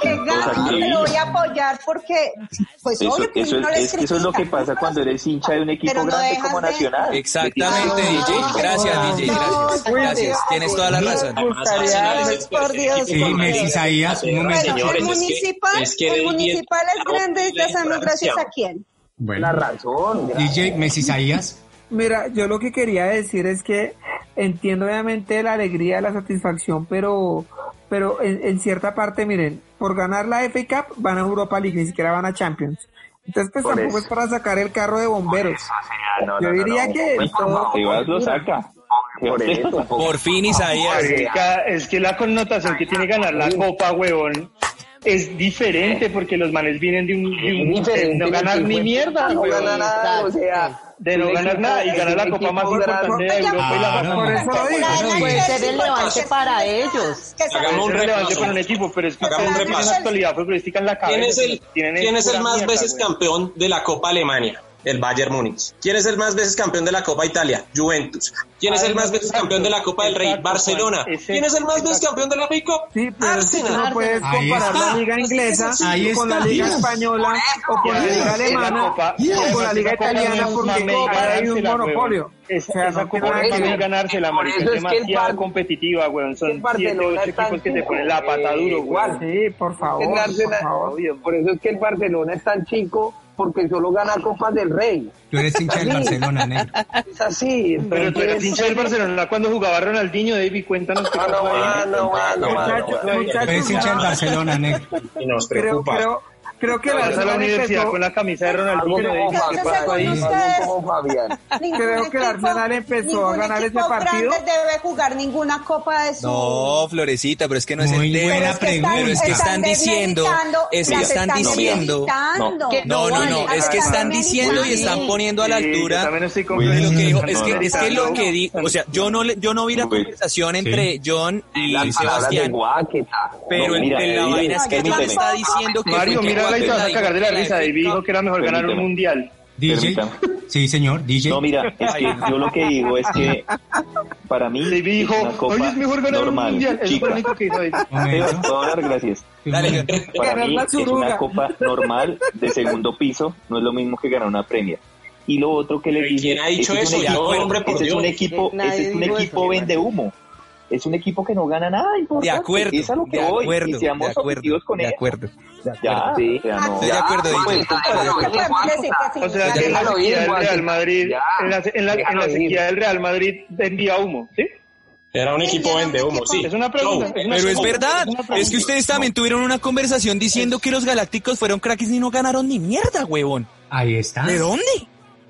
Speaker 3: Que gane,
Speaker 7: acribillo.
Speaker 3: lo voy a apoyar porque pues
Speaker 7: Eso,
Speaker 3: obvio que
Speaker 7: eso
Speaker 3: uno
Speaker 7: es,
Speaker 3: les
Speaker 7: es que eso es lo que
Speaker 3: critica.
Speaker 7: pasa cuando eres hincha de un equipo
Speaker 3: Pero no
Speaker 7: grande
Speaker 3: dejas
Speaker 7: como
Speaker 3: de-
Speaker 7: Nacional.
Speaker 5: Exactamente,
Speaker 7: Le
Speaker 5: DJ.
Speaker 7: tiran-
Speaker 5: Gracias, DJ. Gracias. Gracias. Tienes toda la razón.
Speaker 3: Por Dios,
Speaker 4: Eh,
Speaker 3: por
Speaker 4: Mary
Speaker 3: Dios.
Speaker 4: Isaías, un
Speaker 3: Bueno,
Speaker 4: momento.
Speaker 3: el municipal,
Speaker 4: es que
Speaker 3: el
Speaker 4: del
Speaker 3: municipal es grande y ya sabemos gracias a quién.
Speaker 4: Bueno.
Speaker 8: La
Speaker 6: razón.
Speaker 4: DJ Messi Isaías.
Speaker 8: Mira, yo lo que quería decir es que entiendo obviamente la alegría, la satisfacción, pero pero en, en cierta parte, miren, por ganar la FA Cup van a Europa League, ni siquiera van a Champions. Entonces, pues
Speaker 7: Por
Speaker 8: tampoco es
Speaker 7: eso.
Speaker 8: para sacar el carro de bomberos.
Speaker 7: Ah, no,
Speaker 8: yo
Speaker 7: no, no,
Speaker 8: diría
Speaker 7: no.
Speaker 8: que
Speaker 7: Pues,
Speaker 8: todo-
Speaker 7: Si vas, lo saca.
Speaker 12: Por eso,
Speaker 5: Por fin Isaías.
Speaker 12: Marica, es que la connotación que tiene ganar la copa, huevón, es diferente porque los manes vienen de un, de un- de no ganar ni mierda,
Speaker 6: pues, no
Speaker 12: huevón.
Speaker 6: ganar nada, o sea,
Speaker 12: De no
Speaker 6: un
Speaker 12: ganar
Speaker 6: equipo-
Speaker 12: nada y ganar la
Speaker 6: un
Speaker 12: copa más
Speaker 6: equipo
Speaker 12: importante de
Speaker 6: grande.
Speaker 12: Europa y la
Speaker 6: Claro.
Speaker 12: Por eso lo digo. pues,
Speaker 3: Ganar
Speaker 9: Puede ser
Speaker 3: Chelsea,
Speaker 9: relevante
Speaker 3: porque-
Speaker 9: para ellos.
Speaker 3: que se
Speaker 12: Hagamos un
Speaker 3: vaya.
Speaker 12: relevante para un equipo, pero es que
Speaker 10: Hagamos un
Speaker 12: ustedes tienen
Speaker 10: repaso.
Speaker 12: la actualidad futbolística en la cabeza.
Speaker 10: ¿Quién es el,
Speaker 12: tienen
Speaker 10: quién es el
Speaker 12: pura
Speaker 10: más
Speaker 12: mierda,
Speaker 10: veces
Speaker 12: güey.
Speaker 10: campeón de la Copa Alemania? El Bayern Múnich. ¿Quién es el más veces campeón de la Copa Italia? Juventus. ¿Quién es el más veces campeón de la Copa del Rey?
Speaker 12: Exacto,
Speaker 10: Barcelona.
Speaker 12: Juan, ese-
Speaker 10: ¿Quién es el más veces campeón de la Rey Cup?
Speaker 8: Pero es que tú no
Speaker 10: Arsenal.
Speaker 8: puedes
Speaker 10: Ahí
Speaker 8: comparar
Speaker 10: está.
Speaker 8: la liga inglesa
Speaker 10: Ahí
Speaker 8: con la
Speaker 10: está.
Speaker 8: liga
Speaker 10: Yes.
Speaker 8: española o con la
Speaker 12: Yes.
Speaker 8: liga
Speaker 12: Esa
Speaker 8: alemana
Speaker 12: copa-
Speaker 8: o con la
Speaker 12: esa
Speaker 8: liga
Speaker 12: copa no
Speaker 8: italiana
Speaker 12: es
Speaker 8: porque hay
Speaker 12: mamey,
Speaker 8: un
Speaker 12: ganársela,
Speaker 8: monopolio.
Speaker 12: huevón. Esa, esa copa
Speaker 8: por
Speaker 12: no es
Speaker 8: eso-
Speaker 12: mamey ganársela,
Speaker 8: por
Speaker 12: marica,
Speaker 8: eso
Speaker 12: es
Speaker 8: es que el
Speaker 12: demasiado
Speaker 8: Bar-
Speaker 12: competitiva, weón. Son siete ocho equipos que te ponen la
Speaker 8: eh,
Speaker 12: pata duro, weón.
Speaker 8: Sí, por favor.
Speaker 6: El Arsenal-
Speaker 8: por favor.
Speaker 6: Por eso es que el Barcelona es tan chico, porque solo gana Copas del Rey.
Speaker 4: Tú eres hincha del
Speaker 6: Sí.
Speaker 4: [laughs] Barcelona, negro.
Speaker 6: Es así.
Speaker 12: Pero tú eras
Speaker 6: entonces-
Speaker 12: hincha del Barcelona cuando jugaba Ronaldinho, David, cuéntanos qué
Speaker 6: Ah, no,
Speaker 12: pasó
Speaker 6: ah,
Speaker 12: ahí.
Speaker 6: no, ah, no, ah, no,
Speaker 12: Muchachos,
Speaker 6: ah, no.
Speaker 12: muchachos,
Speaker 4: Tú eres hincha del Barcelona, negro.
Speaker 10: nos
Speaker 8: Creo, creo, creo que el
Speaker 12: Vas a la
Speaker 8: Arsenal
Speaker 12: universidad
Speaker 8: empezó...
Speaker 12: con la camisa de Ronaldinho.
Speaker 6: Algo como
Speaker 12: ¿qué
Speaker 6: Fabián,
Speaker 12: pasó ahí?
Speaker 6: algo como Fabián.
Speaker 3: Ningún
Speaker 8: Creo que el
Speaker 3: equipo-
Speaker 8: Arsenal empezó a
Speaker 3: ningún
Speaker 8: Pues, ganar ese
Speaker 3: equipo
Speaker 8: partido.
Speaker 3: grande debe jugar ninguna copa de su
Speaker 5: No, Florecita, pero es que no es el tema.
Speaker 3: buena
Speaker 5: Pero es que están diciendo, es que están diciendo, no,
Speaker 3: no,
Speaker 5: no, no, no, es que están diciendo y están poniendo a la
Speaker 12: Sí, yo
Speaker 5: altura
Speaker 12: también estoy
Speaker 5: de lo que dijo.
Speaker 12: completamente
Speaker 5: Es que, es que lo que di, o sea, yo no, le- yo no vi la conversación entre John y
Speaker 6: Las palabras de
Speaker 5: Sebastián.
Speaker 6: Guáqueta.
Speaker 5: Pero
Speaker 6: No,
Speaker 5: el-
Speaker 6: mira,
Speaker 5: la
Speaker 6: mira,
Speaker 5: vaina es que
Speaker 6: permíteme.
Speaker 5: John está diciendo que
Speaker 12: Mario,
Speaker 5: fue que
Speaker 12: mira, ahí te vas a
Speaker 5: Guardiola
Speaker 12: cagar de la
Speaker 5: dijo que
Speaker 12: risa. David dijo que era mejor ganar un
Speaker 7: Permíteme.
Speaker 12: mundial.
Speaker 4: DJ. Sí, señor, DJ.
Speaker 7: No, mira, es que yo lo que digo es
Speaker 12: [laughs]
Speaker 7: que para mí es una
Speaker 12: Oye,
Speaker 7: copa
Speaker 12: es mejor ganar un
Speaker 7: normal,
Speaker 12: mundial. Es lo
Speaker 7: chica.
Speaker 12: único que dijo David.
Speaker 7: Esteban, ¿puedo hablar? Gracias.
Speaker 5: Dale,
Speaker 7: Para
Speaker 12: Ganar
Speaker 7: mí
Speaker 12: la
Speaker 7: es
Speaker 12: suruga.
Speaker 7: una copa normal de segundo piso, no es lo mismo que ganar una premia. Y lo otro que le dije,
Speaker 10: quién ha dicho
Speaker 7: ese es un
Speaker 10: eso?
Speaker 7: equipo-
Speaker 10: Yo, hombre, por
Speaker 7: ese es un
Speaker 10: Dios.
Speaker 7: equipo,
Speaker 10: Nadie
Speaker 7: ese es un
Speaker 10: dijo eso,
Speaker 7: equipo vende humo. Es un equipo que no gana nada importante.
Speaker 5: De acuerdo,
Speaker 7: Es a lo que
Speaker 5: de
Speaker 7: voy.
Speaker 5: acuerdo,
Speaker 7: y seamos
Speaker 5: de acuerdo,
Speaker 7: objetivos con
Speaker 5: de
Speaker 7: eso.
Speaker 5: acuerdo.
Speaker 7: Ya,
Speaker 5: Sí.
Speaker 7: o sea, no.
Speaker 5: Estoy de acuerdo,
Speaker 7: Ya,
Speaker 5: DJ.
Speaker 7: pues,
Speaker 5: Estoy de
Speaker 7: comparado
Speaker 5: acuerdo.
Speaker 7: con el
Speaker 12: O sea, que en la
Speaker 6: Déjalo ir,
Speaker 12: sequía del
Speaker 6: Guáqueta.
Speaker 12: Real Madrid,
Speaker 6: Ya.
Speaker 12: en la, en la- en la
Speaker 6: Déjalo ir.
Speaker 12: sequía del Real Madrid vendía humo, ¿sí?
Speaker 10: Era un equipo vende humo, sí.
Speaker 12: Es una pregunta.
Speaker 10: No,
Speaker 12: una
Speaker 5: Pero es
Speaker 12: pregunta.
Speaker 5: verdad,
Speaker 12: una pregunta.
Speaker 5: es que ustedes también tuvieron una conversación diciendo que los galácticos fueron cracks y no ganaron ni mierda, huevón.
Speaker 4: Ahí está.
Speaker 5: ¿De dónde?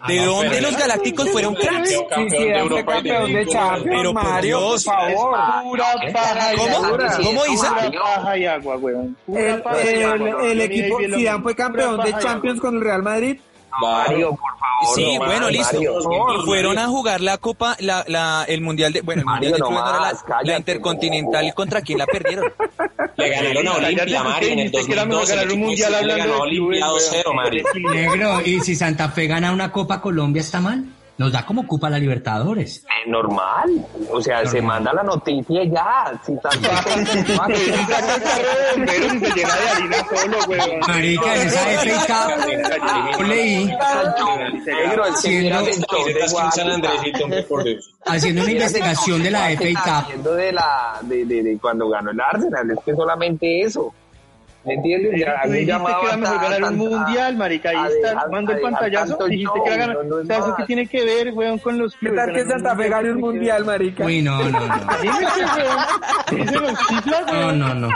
Speaker 5: ¿De
Speaker 4: Ah, no,
Speaker 5: dónde
Speaker 4: pero-
Speaker 5: los galácticos fueron cracks?
Speaker 8: Sí, sí, fue campeón de Champions,
Speaker 5: Pero por
Speaker 8: Mario,
Speaker 5: Dios.
Speaker 8: por favor.
Speaker 12: Pura paja y
Speaker 5: ¿Cómo?
Speaker 12: agua.
Speaker 5: ¿Cómo dice?
Speaker 12: Pura paja y agua, weón. Pura
Speaker 8: El,
Speaker 12: paja y
Speaker 8: el-
Speaker 12: agua,
Speaker 8: el
Speaker 12: weón. Yo ni
Speaker 8: equipo,
Speaker 12: ahí vi lo
Speaker 8: Zidane
Speaker 12: mismo.
Speaker 8: fue campeón
Speaker 12: Pura
Speaker 8: de
Speaker 12: paja y
Speaker 8: Champions
Speaker 12: agua.
Speaker 8: con el Real Madrid.
Speaker 6: Mario, por favor.
Speaker 5: Sí,
Speaker 6: no
Speaker 5: bueno,
Speaker 6: más,
Speaker 5: listo.
Speaker 6: Mario.
Speaker 5: Y fueron a jugar la Copa, la, la, el Mundial de, bueno, el
Speaker 6: Mario,
Speaker 5: Mundial de
Speaker 6: no
Speaker 5: Clubes no era la-
Speaker 6: más,
Speaker 5: la,
Speaker 6: cállate,
Speaker 5: Intercontinental
Speaker 6: no.
Speaker 5: contra quién la perdieron.
Speaker 10: Le ganaron a
Speaker 12: Cállate,
Speaker 10: Olimpia,
Speaker 12: usted
Speaker 10: Mario, en el
Speaker 12: dice que era
Speaker 10: 2012.
Speaker 12: mejor ganar
Speaker 10: el
Speaker 12: un
Speaker 10: equipo
Speaker 12: mundial
Speaker 10: de Chile
Speaker 12: hablando
Speaker 10: ganó a
Speaker 12: de clubes,
Speaker 10: Olimpia
Speaker 12: weón.
Speaker 10: 2-0, Mario.
Speaker 4: Negro, y si Santa Fe gana una Copa Colombia, ¿está mal? Nos da como cupa a la Libertadores.
Speaker 6: Eh, Normal, o sea, se manda la noticia ya, sin tanto.
Speaker 12: Saca el carro de bomberos y se llena de harina solo, weón.
Speaker 4: Marica, en esa FA Cup, yo leí,
Speaker 6: Negro, el que
Speaker 4: Siendo-
Speaker 6: mira el show de
Speaker 10: Camisetas que un San
Speaker 6: Guáqueta.
Speaker 10: Andresito, hombre, por Dios.
Speaker 4: haciendo una investigación de la
Speaker 6: Guáqueta
Speaker 4: FA Cup,
Speaker 6: haciendo de la de, de- de cuando ganó el Arsenal, es que solamente eso. ¿Me entiendes?
Speaker 12: Tú
Speaker 6: algún
Speaker 12: dijiste
Speaker 6: llamado
Speaker 12: que era mejor
Speaker 6: hasta-
Speaker 12: ganar un
Speaker 6: hasta-
Speaker 12: mundial, marica,
Speaker 6: a
Speaker 12: ahí está
Speaker 6: dejar-
Speaker 12: armando
Speaker 6: a
Speaker 12: el
Speaker 6: dejar
Speaker 12: pantallazo,
Speaker 6: tanto
Speaker 12: dijiste que
Speaker 6: show,
Speaker 12: era ganar,
Speaker 6: no, no es
Speaker 12: o sea, ¿eso
Speaker 6: nada.
Speaker 12: qué tiene que ver, weón, con los
Speaker 8: ¿Qué
Speaker 12: clubes?
Speaker 8: tal que
Speaker 12: Ganar
Speaker 8: Santa Fe gane un mundial, marica?
Speaker 4: Uy, no, no,
Speaker 8: [laughs]
Speaker 4: no.
Speaker 12: Dime qué, weón, dime los cifras,
Speaker 4: No,
Speaker 12: weón.
Speaker 4: no, no.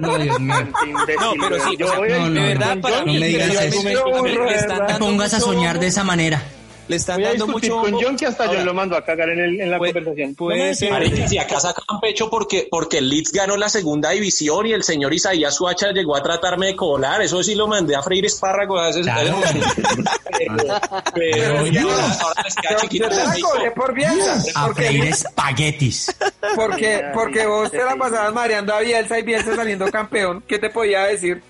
Speaker 4: No, Dios
Speaker 8: [laughs]
Speaker 4: mío.
Speaker 12: Imbécil,
Speaker 5: No, pero
Speaker 12: weón.
Speaker 5: sí,
Speaker 12: Yo
Speaker 5: o sea,
Speaker 12: voy a-
Speaker 4: no, no,
Speaker 5: de verdad,
Speaker 4: no,
Speaker 5: para
Speaker 4: no
Speaker 5: mí,
Speaker 4: me digas
Speaker 5: pero
Speaker 4: eso.
Speaker 5: igualmente,
Speaker 12: Burro,
Speaker 5: le
Speaker 12: de
Speaker 5: están
Speaker 12: verdad.
Speaker 4: No
Speaker 5: dando
Speaker 4: pongas a
Speaker 5: mucho
Speaker 4: soñar de
Speaker 5: bombo,
Speaker 4: esa manera.
Speaker 5: Le están
Speaker 12: Voy a
Speaker 5: dando
Speaker 12: discutir
Speaker 5: mucho
Speaker 12: con
Speaker 5: bombo.
Speaker 12: John que hasta yo
Speaker 5: Ahora,
Speaker 12: lo mando a cagar en, el- en la
Speaker 5: puede-
Speaker 12: conversación.
Speaker 5: Puede ser.
Speaker 10: Marica, si acá sacan pecho porque, porque el Leeds ganó la segunda división y el señor Isaías Suacha llegó a tratarme de colar, eso sí lo mandé a freír espárragos a ese
Speaker 4: Claro.
Speaker 10: pero
Speaker 4: Pero yo-
Speaker 10: ahora- ahora les queda chiquito
Speaker 8: Yo te
Speaker 10: el
Speaker 8: la
Speaker 10: rico.
Speaker 8: cobré por Bielsa.
Speaker 4: A freír
Speaker 8: Porque,
Speaker 4: espaguetis.
Speaker 8: porque, porque vos te la pasabas mareando a Bielsa y Bielsa saliendo campeón. ¿Qué te podía [laughs] decir?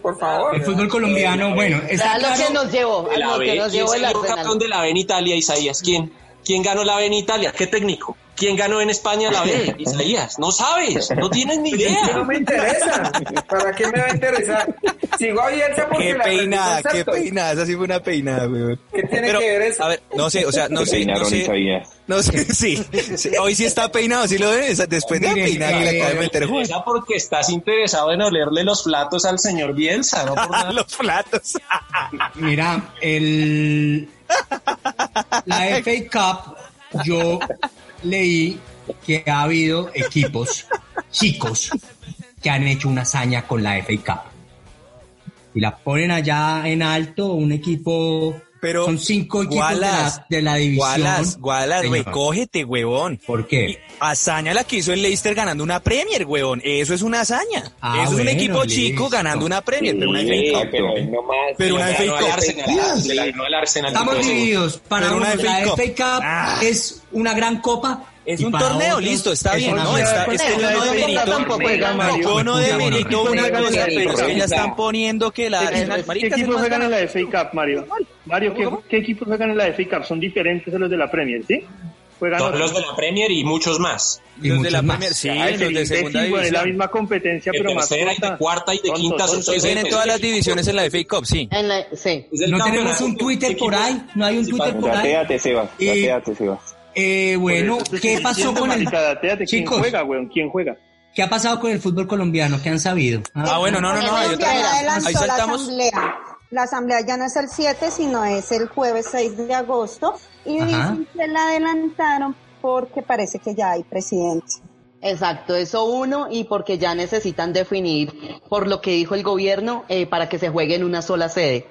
Speaker 8: Por favor.
Speaker 4: El fútbol colombiano, bueno, está
Speaker 9: A lo que
Speaker 4: claro.
Speaker 9: nos llevó,
Speaker 10: De
Speaker 9: a
Speaker 10: la
Speaker 9: lo que
Speaker 10: B.
Speaker 9: nos
Speaker 10: ¿Quién
Speaker 9: llevó el
Speaker 10: salió
Speaker 9: Arsenal.
Speaker 10: campeón de la B en Italia, Isaías? ¿Quién? ¿Quién ganó la B en Italia? ¿Qué técnico? ¿Quién ganó en España la
Speaker 5: [laughs]
Speaker 10: B, Isaías? No sabes, no tienes ni
Speaker 8: No
Speaker 10: idea.
Speaker 8: me interesa. ¿Para qué me va a interesar? Sigo a Bielsa porque
Speaker 5: Qué
Speaker 8: la aprendí
Speaker 5: peinada, qué
Speaker 8: conceptos.
Speaker 5: peinada, esa sí fue una peinada, weón.
Speaker 8: ¿Qué tiene que ver eso?
Speaker 5: A ver, no sé, o sea, no
Speaker 7: Te
Speaker 5: sé, no
Speaker 7: peinaron y
Speaker 5: sé.
Speaker 7: sabías.
Speaker 5: No sé, [laughs] sí. sí, Hoy sí está peinado, sí lo ven. esa- Después de la
Speaker 4: Miren,
Speaker 5: peinada que le
Speaker 4: eh,
Speaker 5: acaba de meter Juan.
Speaker 10: Esa porque estás interesado en olerle los platos al señor Bielsa, ¿no? Por Ah, nada.
Speaker 5: [laughs] Los
Speaker 10: [laughs]
Speaker 5: platos.
Speaker 4: Mira, el, la FA Cup, yo leí que ha habido equipos chicos que han hecho una hazaña con la FA Cup. Y la ponen allá en alto, un equipo...
Speaker 5: Pero,
Speaker 4: son cinco equipos de
Speaker 5: Gualas,
Speaker 4: la, de la división.
Speaker 5: Gualas, Gualas, güey,
Speaker 4: Señor,
Speaker 5: cógete, huevón.
Speaker 4: ¿Por qué?
Speaker 5: Hazaña la que hizo el Leicester ganando una Premier, huevón. Eso es una hazaña.
Speaker 4: Ah,
Speaker 5: Eso es un
Speaker 4: bueno,
Speaker 5: equipo chico
Speaker 4: listo.
Speaker 5: ganando una Premier, pero una
Speaker 7: Sí,
Speaker 5: FA Cup.
Speaker 7: pero-
Speaker 6: Ay, no más.
Speaker 5: Pero una
Speaker 10: Le ganó
Speaker 5: FA
Speaker 10: al
Speaker 5: Cup.
Speaker 10: Arsenal, le ganó al Arsenal.
Speaker 4: Estamos
Speaker 10: Entonces,
Speaker 4: divididos. Para
Speaker 5: Pero una
Speaker 4: unos, la
Speaker 5: FA
Speaker 4: FA
Speaker 5: Cup.
Speaker 4: Cup
Speaker 5: Ah.
Speaker 4: es una gran copa.
Speaker 5: Es
Speaker 4: y
Speaker 5: un
Speaker 4: para
Speaker 5: torneo,
Speaker 4: otros
Speaker 5: listo, está
Speaker 4: es
Speaker 5: bien,
Speaker 4: una
Speaker 5: ¿no?
Speaker 4: gran
Speaker 5: Está-
Speaker 4: copa.
Speaker 5: este
Speaker 9: no
Speaker 5: no
Speaker 9: demerito,
Speaker 5: demerito,
Speaker 9: tampoco juega
Speaker 5: No,
Speaker 9: Mario.
Speaker 5: yo no
Speaker 4: Juega
Speaker 5: demerito
Speaker 12: Mario.
Speaker 5: una
Speaker 12: Juega
Speaker 5: cosa,
Speaker 12: Mario.
Speaker 5: pero es que ya están poniendo que la...
Speaker 12: ¿Qué equipos- ¿Qué
Speaker 5: Marica, es el
Speaker 12: equipos
Speaker 5: más
Speaker 12: juegan en
Speaker 5: ganado.
Speaker 12: la FA Cup, Mario? Mario, ¿qué, qué equipos juegan en la FA Cup? Son diferentes a los de la Premier, ¿sí? Juegan
Speaker 10: Todos
Speaker 12: otros.
Speaker 10: los de la Premier y muchos más.
Speaker 4: Y
Speaker 5: Los de la
Speaker 4: muchos más.
Speaker 5: Premier, sí,
Speaker 12: Ay,
Speaker 5: los
Speaker 12: qué
Speaker 5: de
Speaker 12: imbécil,
Speaker 5: segunda
Speaker 12: güey, Es la
Speaker 5: división.
Speaker 12: misma competencia,
Speaker 10: De
Speaker 12: pero más
Speaker 10: tercera y de
Speaker 12: corta.
Speaker 10: cuarta y de
Speaker 12: Tonto,
Speaker 10: quinta son
Speaker 12: tonto,
Speaker 10: seis.
Speaker 5: Tienen todas las divisiones en la FA Cup, sí.
Speaker 9: En la- sí.
Speaker 10: Es el
Speaker 4: No tenemos
Speaker 10: campeonato
Speaker 4: un Twitter por ahí, no hay un Twitter por ahí.
Speaker 7: Dateate, Sebas.
Speaker 4: Y-
Speaker 7: Dateate, Sebas.
Speaker 4: Eh, bueno,
Speaker 12: Por eso te
Speaker 4: ¿qué
Speaker 12: estoy
Speaker 4: pasó
Speaker 12: diciendo,
Speaker 4: con el
Speaker 12: marica, dateate, ¿Quién
Speaker 4: Chicos.
Speaker 12: juega, weón? ¿Quién juega?
Speaker 4: qué ha pasado con el fútbol colombiano? ¿Qué han sabido?
Speaker 5: Ah, bueno, no, no, no, hay
Speaker 3: Colombia
Speaker 5: otra.
Speaker 3: ya
Speaker 5: Ahí
Speaker 3: adelantó la
Speaker 5: saltamos.
Speaker 3: asamblea. La asamblea ya no es el 7, sino es el jueves 6 de agosto. Y
Speaker 4: Ajá.
Speaker 3: dicen que la adelantaron porque parece que ya hay presidente.
Speaker 9: Exacto, eso uno, y porque ya necesitan definir, por lo que dijo el gobierno, eh, para que se juegue en una sola sede,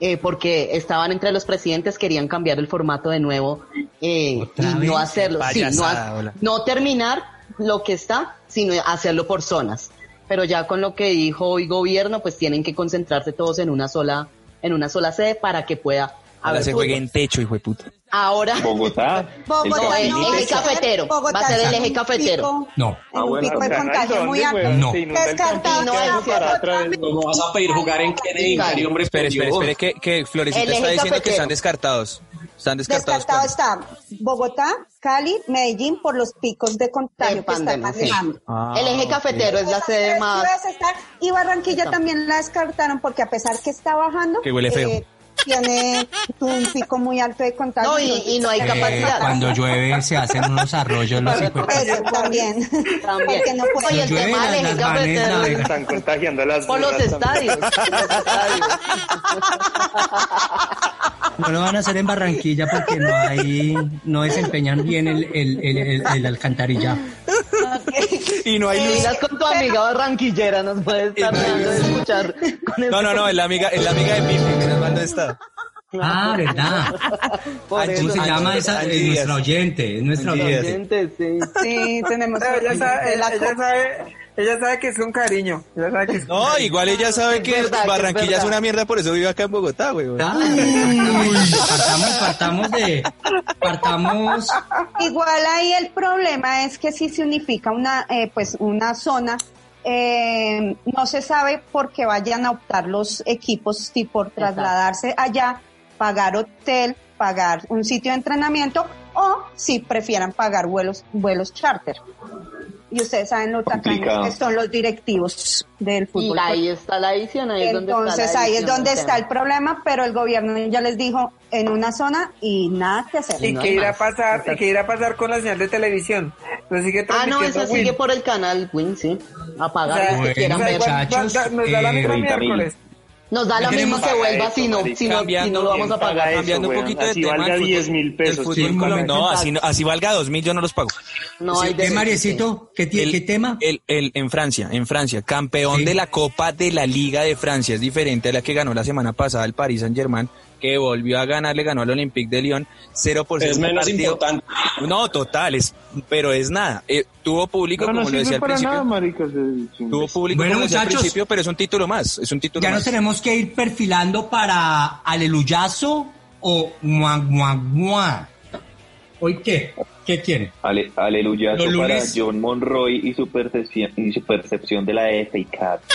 Speaker 9: Eh, porque estaban entre los presidentes, querían cambiar el formato de nuevo eh, y
Speaker 4: ¿Otra vez?
Speaker 9: no hacerlo, sí, no, ha-
Speaker 5: Payasada, hola.
Speaker 9: no terminar lo que está, sino hacerlo por zonas. Pero ya con lo que dijo hoy gobierno, pues tienen que concentrarse todos en una sola, en una sola sede para que pueda
Speaker 5: Ahora
Speaker 9: haber
Speaker 5: se juega
Speaker 9: fútbol.
Speaker 5: en techo, hijo de puta.
Speaker 9: Ahora,
Speaker 7: Bogotá.
Speaker 9: [laughs]
Speaker 3: Bogotá
Speaker 9: el
Speaker 3: no va a
Speaker 9: eje
Speaker 3: ser,
Speaker 9: cafetero, va a ser el
Speaker 3: está en
Speaker 9: eje
Speaker 3: un
Speaker 9: cafetero.
Speaker 3: pico-
Speaker 4: No.
Speaker 10: Ah,
Speaker 5: Ah,
Speaker 3: En un
Speaker 7: bueno,
Speaker 3: pico de
Speaker 7: pero
Speaker 3: contagio muy alto.
Speaker 4: No.
Speaker 3: Descartado
Speaker 9: No,
Speaker 3: que la
Speaker 9: eso para
Speaker 3: Bogotá
Speaker 12: atrás,
Speaker 3: me-
Speaker 10: ¿Cómo vas a pedir jugar en Kennedy, Cali, hombre?
Speaker 5: Espere, espere,
Speaker 10: Por
Speaker 5: espere,
Speaker 10: Dios.
Speaker 5: que, que Florecita
Speaker 9: El eje
Speaker 5: está diciendo que
Speaker 9: cafetero.
Speaker 5: están descartados. Están descartados.
Speaker 3: Descartado está Bogotá, Cali, Medellín por los picos de contagio
Speaker 9: De
Speaker 3: que están
Speaker 9: pandemia, sí.
Speaker 3: manejando.
Speaker 5: Ah,
Speaker 9: el eje cafetero es la
Speaker 3: Esas
Speaker 9: sede
Speaker 3: tres
Speaker 9: más...
Speaker 3: ciudades están, y Barranquilla también la descartaron porque a pesar que está bajando, eh,
Speaker 5: Que huele feo.
Speaker 3: tiene un pico muy alto de contagio.
Speaker 9: No, y,
Speaker 3: entonces-
Speaker 9: y no hay
Speaker 4: Eh,
Speaker 9: capacidad.
Speaker 4: cuando llueve se hacen unos arroyos los hijos.
Speaker 3: Eso también.
Speaker 9: También.
Speaker 3: Porque no puede-
Speaker 9: Oye, el
Speaker 4: Cuando llueve
Speaker 9: tema
Speaker 4: las,
Speaker 9: del eje
Speaker 4: las vanes
Speaker 9: cafetero.
Speaker 4: navegan.
Speaker 12: Están contagiando a las
Speaker 9: Por los
Speaker 12: burras también. [laughs]
Speaker 9: estadios.
Speaker 4: No lo van a hacer en Barranquilla porque no hay, no desempeñan bien el, el, el, el- el alcantarillado.
Speaker 5: Y no hay
Speaker 9: Te
Speaker 5: luz.
Speaker 9: Miras con tu amiga barranquillera, nos
Speaker 3: Eh,
Speaker 9: puede estar dando de escuchar. Con
Speaker 5: No, no, no, es la amiga, es la amiga de Pipe, que nos manda esta.
Speaker 4: Ah, ¿verdad?
Speaker 9: Por
Speaker 5: Angie,
Speaker 4: ¿Cómo se
Speaker 5: Angie,
Speaker 4: llama esa?
Speaker 5: Angie
Speaker 4: Es
Speaker 5: Díaz.
Speaker 4: nuestra oyente, es nuestra
Speaker 5: Angie Díaz.
Speaker 4: oyente.
Speaker 9: Gente, sí.
Speaker 3: Sí, tenemos
Speaker 8: No, ella, sabe,
Speaker 3: de la
Speaker 8: ella, ella sabe, ella sabe que es con cariño. Ella sabe
Speaker 9: [laughs]
Speaker 8: que es con
Speaker 5: No, igual ella sabe que
Speaker 9: verdad, es
Speaker 5: Barranquilla es,
Speaker 9: verdad.
Speaker 5: una mierda, por eso vive acá en Bogotá, güey.
Speaker 4: Ah, partamos, partamos de, partamos
Speaker 3: Igual ahí el problema es que si se unifica una, eh, pues una zona, eh, no se sabe por qué vayan a optar los equipos si por trasladarse allá, pagar hotel, pagar un sitio de entrenamiento o si prefieran pagar vuelos, vuelos charter. Y ustedes saben lo
Speaker 7: Complicado.
Speaker 3: tacaños que son los directivos del
Speaker 9: Y
Speaker 3: fútbol.
Speaker 9: ahí está la edición, ahí es donde está la
Speaker 3: Entonces ahí es
Speaker 9: edición,
Speaker 3: donde
Speaker 9: o sea.
Speaker 3: está el problema, pero el gobierno ya les dijo en una zona y nada que hacer.
Speaker 8: ¿Y
Speaker 9: No
Speaker 8: qué
Speaker 9: hay
Speaker 8: irá a
Speaker 9: más.
Speaker 8: pasar? ¿Y qué irá a pasar con la señal de televisión? Lo sigue
Speaker 9: Ah, no,
Speaker 8: transmitiendo
Speaker 9: eso
Speaker 8: Win.
Speaker 9: sigue por el canal Win, sí.
Speaker 8: O sea,
Speaker 9: Apagar lo que quieran
Speaker 8: o sea,
Speaker 9: ver.
Speaker 8: igual va- va- nos da la
Speaker 9: eh,
Speaker 8: misma
Speaker 9: 30.000.
Speaker 8: miércoles.
Speaker 9: Nos da la misma que vuelva si no, si no, si no lo vamos a pagar.
Speaker 5: Cambiando un poquito de tema. el fútbol- el fútbol colombiano- No, así, no- así valga dos mil, yo no los pago.
Speaker 9: No hay de-
Speaker 5: ¿Qué, tema? El, el- en Francia, en Francia, campeón de la Copa de la Liga de Francia. Es diferente a la que ganó la semana pasada el Paris Saint-Germain, que volvió a ganar, le ganó al Olympique de Lyon 0 por 0.
Speaker 10: Es menos
Speaker 5: importante. No, total, es, pero es nada. Eh, tuvo público,
Speaker 12: No, no
Speaker 5: como lo
Speaker 12: sirve
Speaker 5: decía al
Speaker 12: para
Speaker 5: principio.
Speaker 12: nada, maricas. eh,
Speaker 5: Tuvo público
Speaker 4: Bueno,
Speaker 5: como decía al
Speaker 4: muchachos.
Speaker 5: principio, pero es un título más. Es un título
Speaker 4: Ya
Speaker 5: más.
Speaker 4: nos tenemos que ir perfilando para aleluyazo o mua, mua, mua. ¿Hoy qué? ¿Qué quiere?
Speaker 7: Ale, aleluya
Speaker 4: Los
Speaker 7: para
Speaker 4: lunes.
Speaker 7: John Monroy y su percepción, y su percepción de la E FA Cup.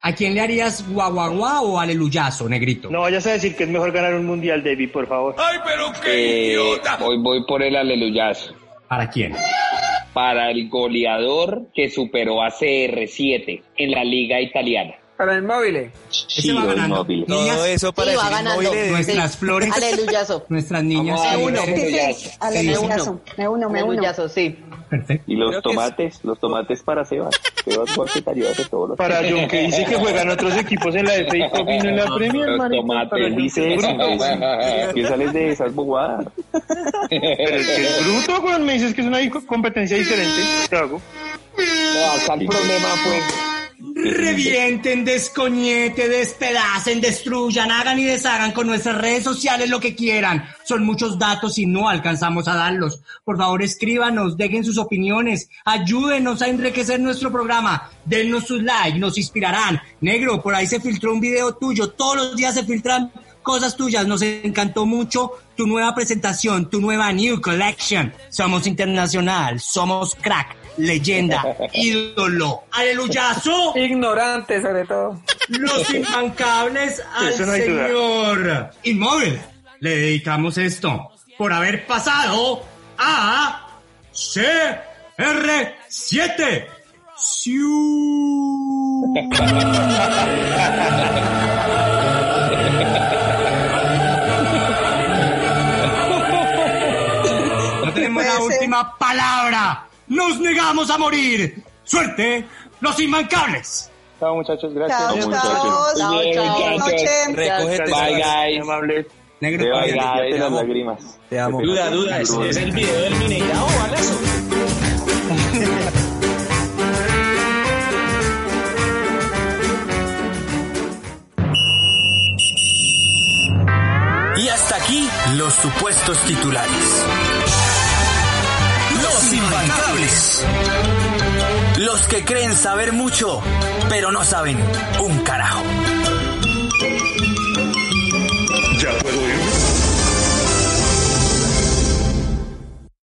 Speaker 4: ¿A quién le harías guaguaguá o aleluyazo, negrito?
Speaker 12: No vayas a decir que es mejor ganar un mundial, David, por favor.
Speaker 5: ¡Ay, pero
Speaker 12: qué
Speaker 6: Hoy voy por el aleluyazo.
Speaker 4: ¿Para quién?
Speaker 6: Para el goleador que superó a CR7 en la liga italiana.
Speaker 8: Para el móvil.
Speaker 4: Ese va ganando.
Speaker 5: Todo eso para
Speaker 9: Sí, va
Speaker 5: decir
Speaker 9: ganando.
Speaker 5: Inmóvil.
Speaker 9: Sí.
Speaker 4: Nuestras flores.
Speaker 9: Aleluyazo.
Speaker 4: Nuestras [laughs] niñas.
Speaker 9: Vamos a
Speaker 4: Sí,
Speaker 9: uno.
Speaker 4: sí, sí.
Speaker 3: Sí, aleluyazo. Me uno, me uno.
Speaker 9: Aleluyazo, sí.
Speaker 7: Y los tomates, los tomates para Sebas. Sebas fue el que te ayudó de todos los
Speaker 12: Para John, que dice que
Speaker 7: [laughs]
Speaker 12: juegan otros equipos en la FA Cup y no en la Premier,
Speaker 7: Los
Speaker 12: marica, para
Speaker 7: tomates,
Speaker 12: John,
Speaker 7: dice
Speaker 12: que es
Speaker 7: eso.
Speaker 12: bruto.
Speaker 7: imbécil. [laughs] ¿Qué sales de esas bobadas?
Speaker 12: Pero es que es bruto, weón. Me dices que es una hijo- competencia diferente. ¿Qué hago?
Speaker 6: No, acá el problema fue
Speaker 4: [laughs] Revienten, descoñeten, despedacen, destruyan, hagan y deshagan con nuestras redes sociales lo que quieran. Son muchos datos y no alcanzamos a darlos. Por favor, escríbanos, dejen sus opiniones, ayúdenos a enriquecer nuestro programa, dennos sus likes, nos inspirarán. Negro, por ahí se filtró un video tuyo, todos los días se filtran cosas tuyas, nos encantó mucho tu nueva presentación, tu nueva New Collection. Somos internacional, somos crack, leyenda, ídolo. ¡Aleluyazo!
Speaker 8: Ignorante, sobre todo.
Speaker 4: Los imbancables al
Speaker 12: Eso no hay duda.
Speaker 4: señor Inmóvil. Le dedicamos esto por haber pasado a CR7. Siu. No tenemos la última palabra. Nos negamos a morir. Suerte, los inmancables.
Speaker 12: Chao, muchachos. Gracias.
Speaker 3: Chao, chao,
Speaker 7: Chao, muchachos.
Speaker 3: chao, chao. Buenas noches.
Speaker 5: Recógete, Sebas.
Speaker 12: Muy amable.
Speaker 4: Negro,
Speaker 7: Sebas,
Speaker 4: cuídate.
Speaker 5: ya,
Speaker 7: quítate
Speaker 5: ya,
Speaker 7: las
Speaker 5: ya.
Speaker 7: lágrimas.
Speaker 5: Te amo.
Speaker 10: Duda, duda, es, es el video del Mineirao, ¿vale eso?
Speaker 1: Y hasta aquí los supuestos titulares. Los imbancables. Los que creen saber mucho, pero no saben un carajo.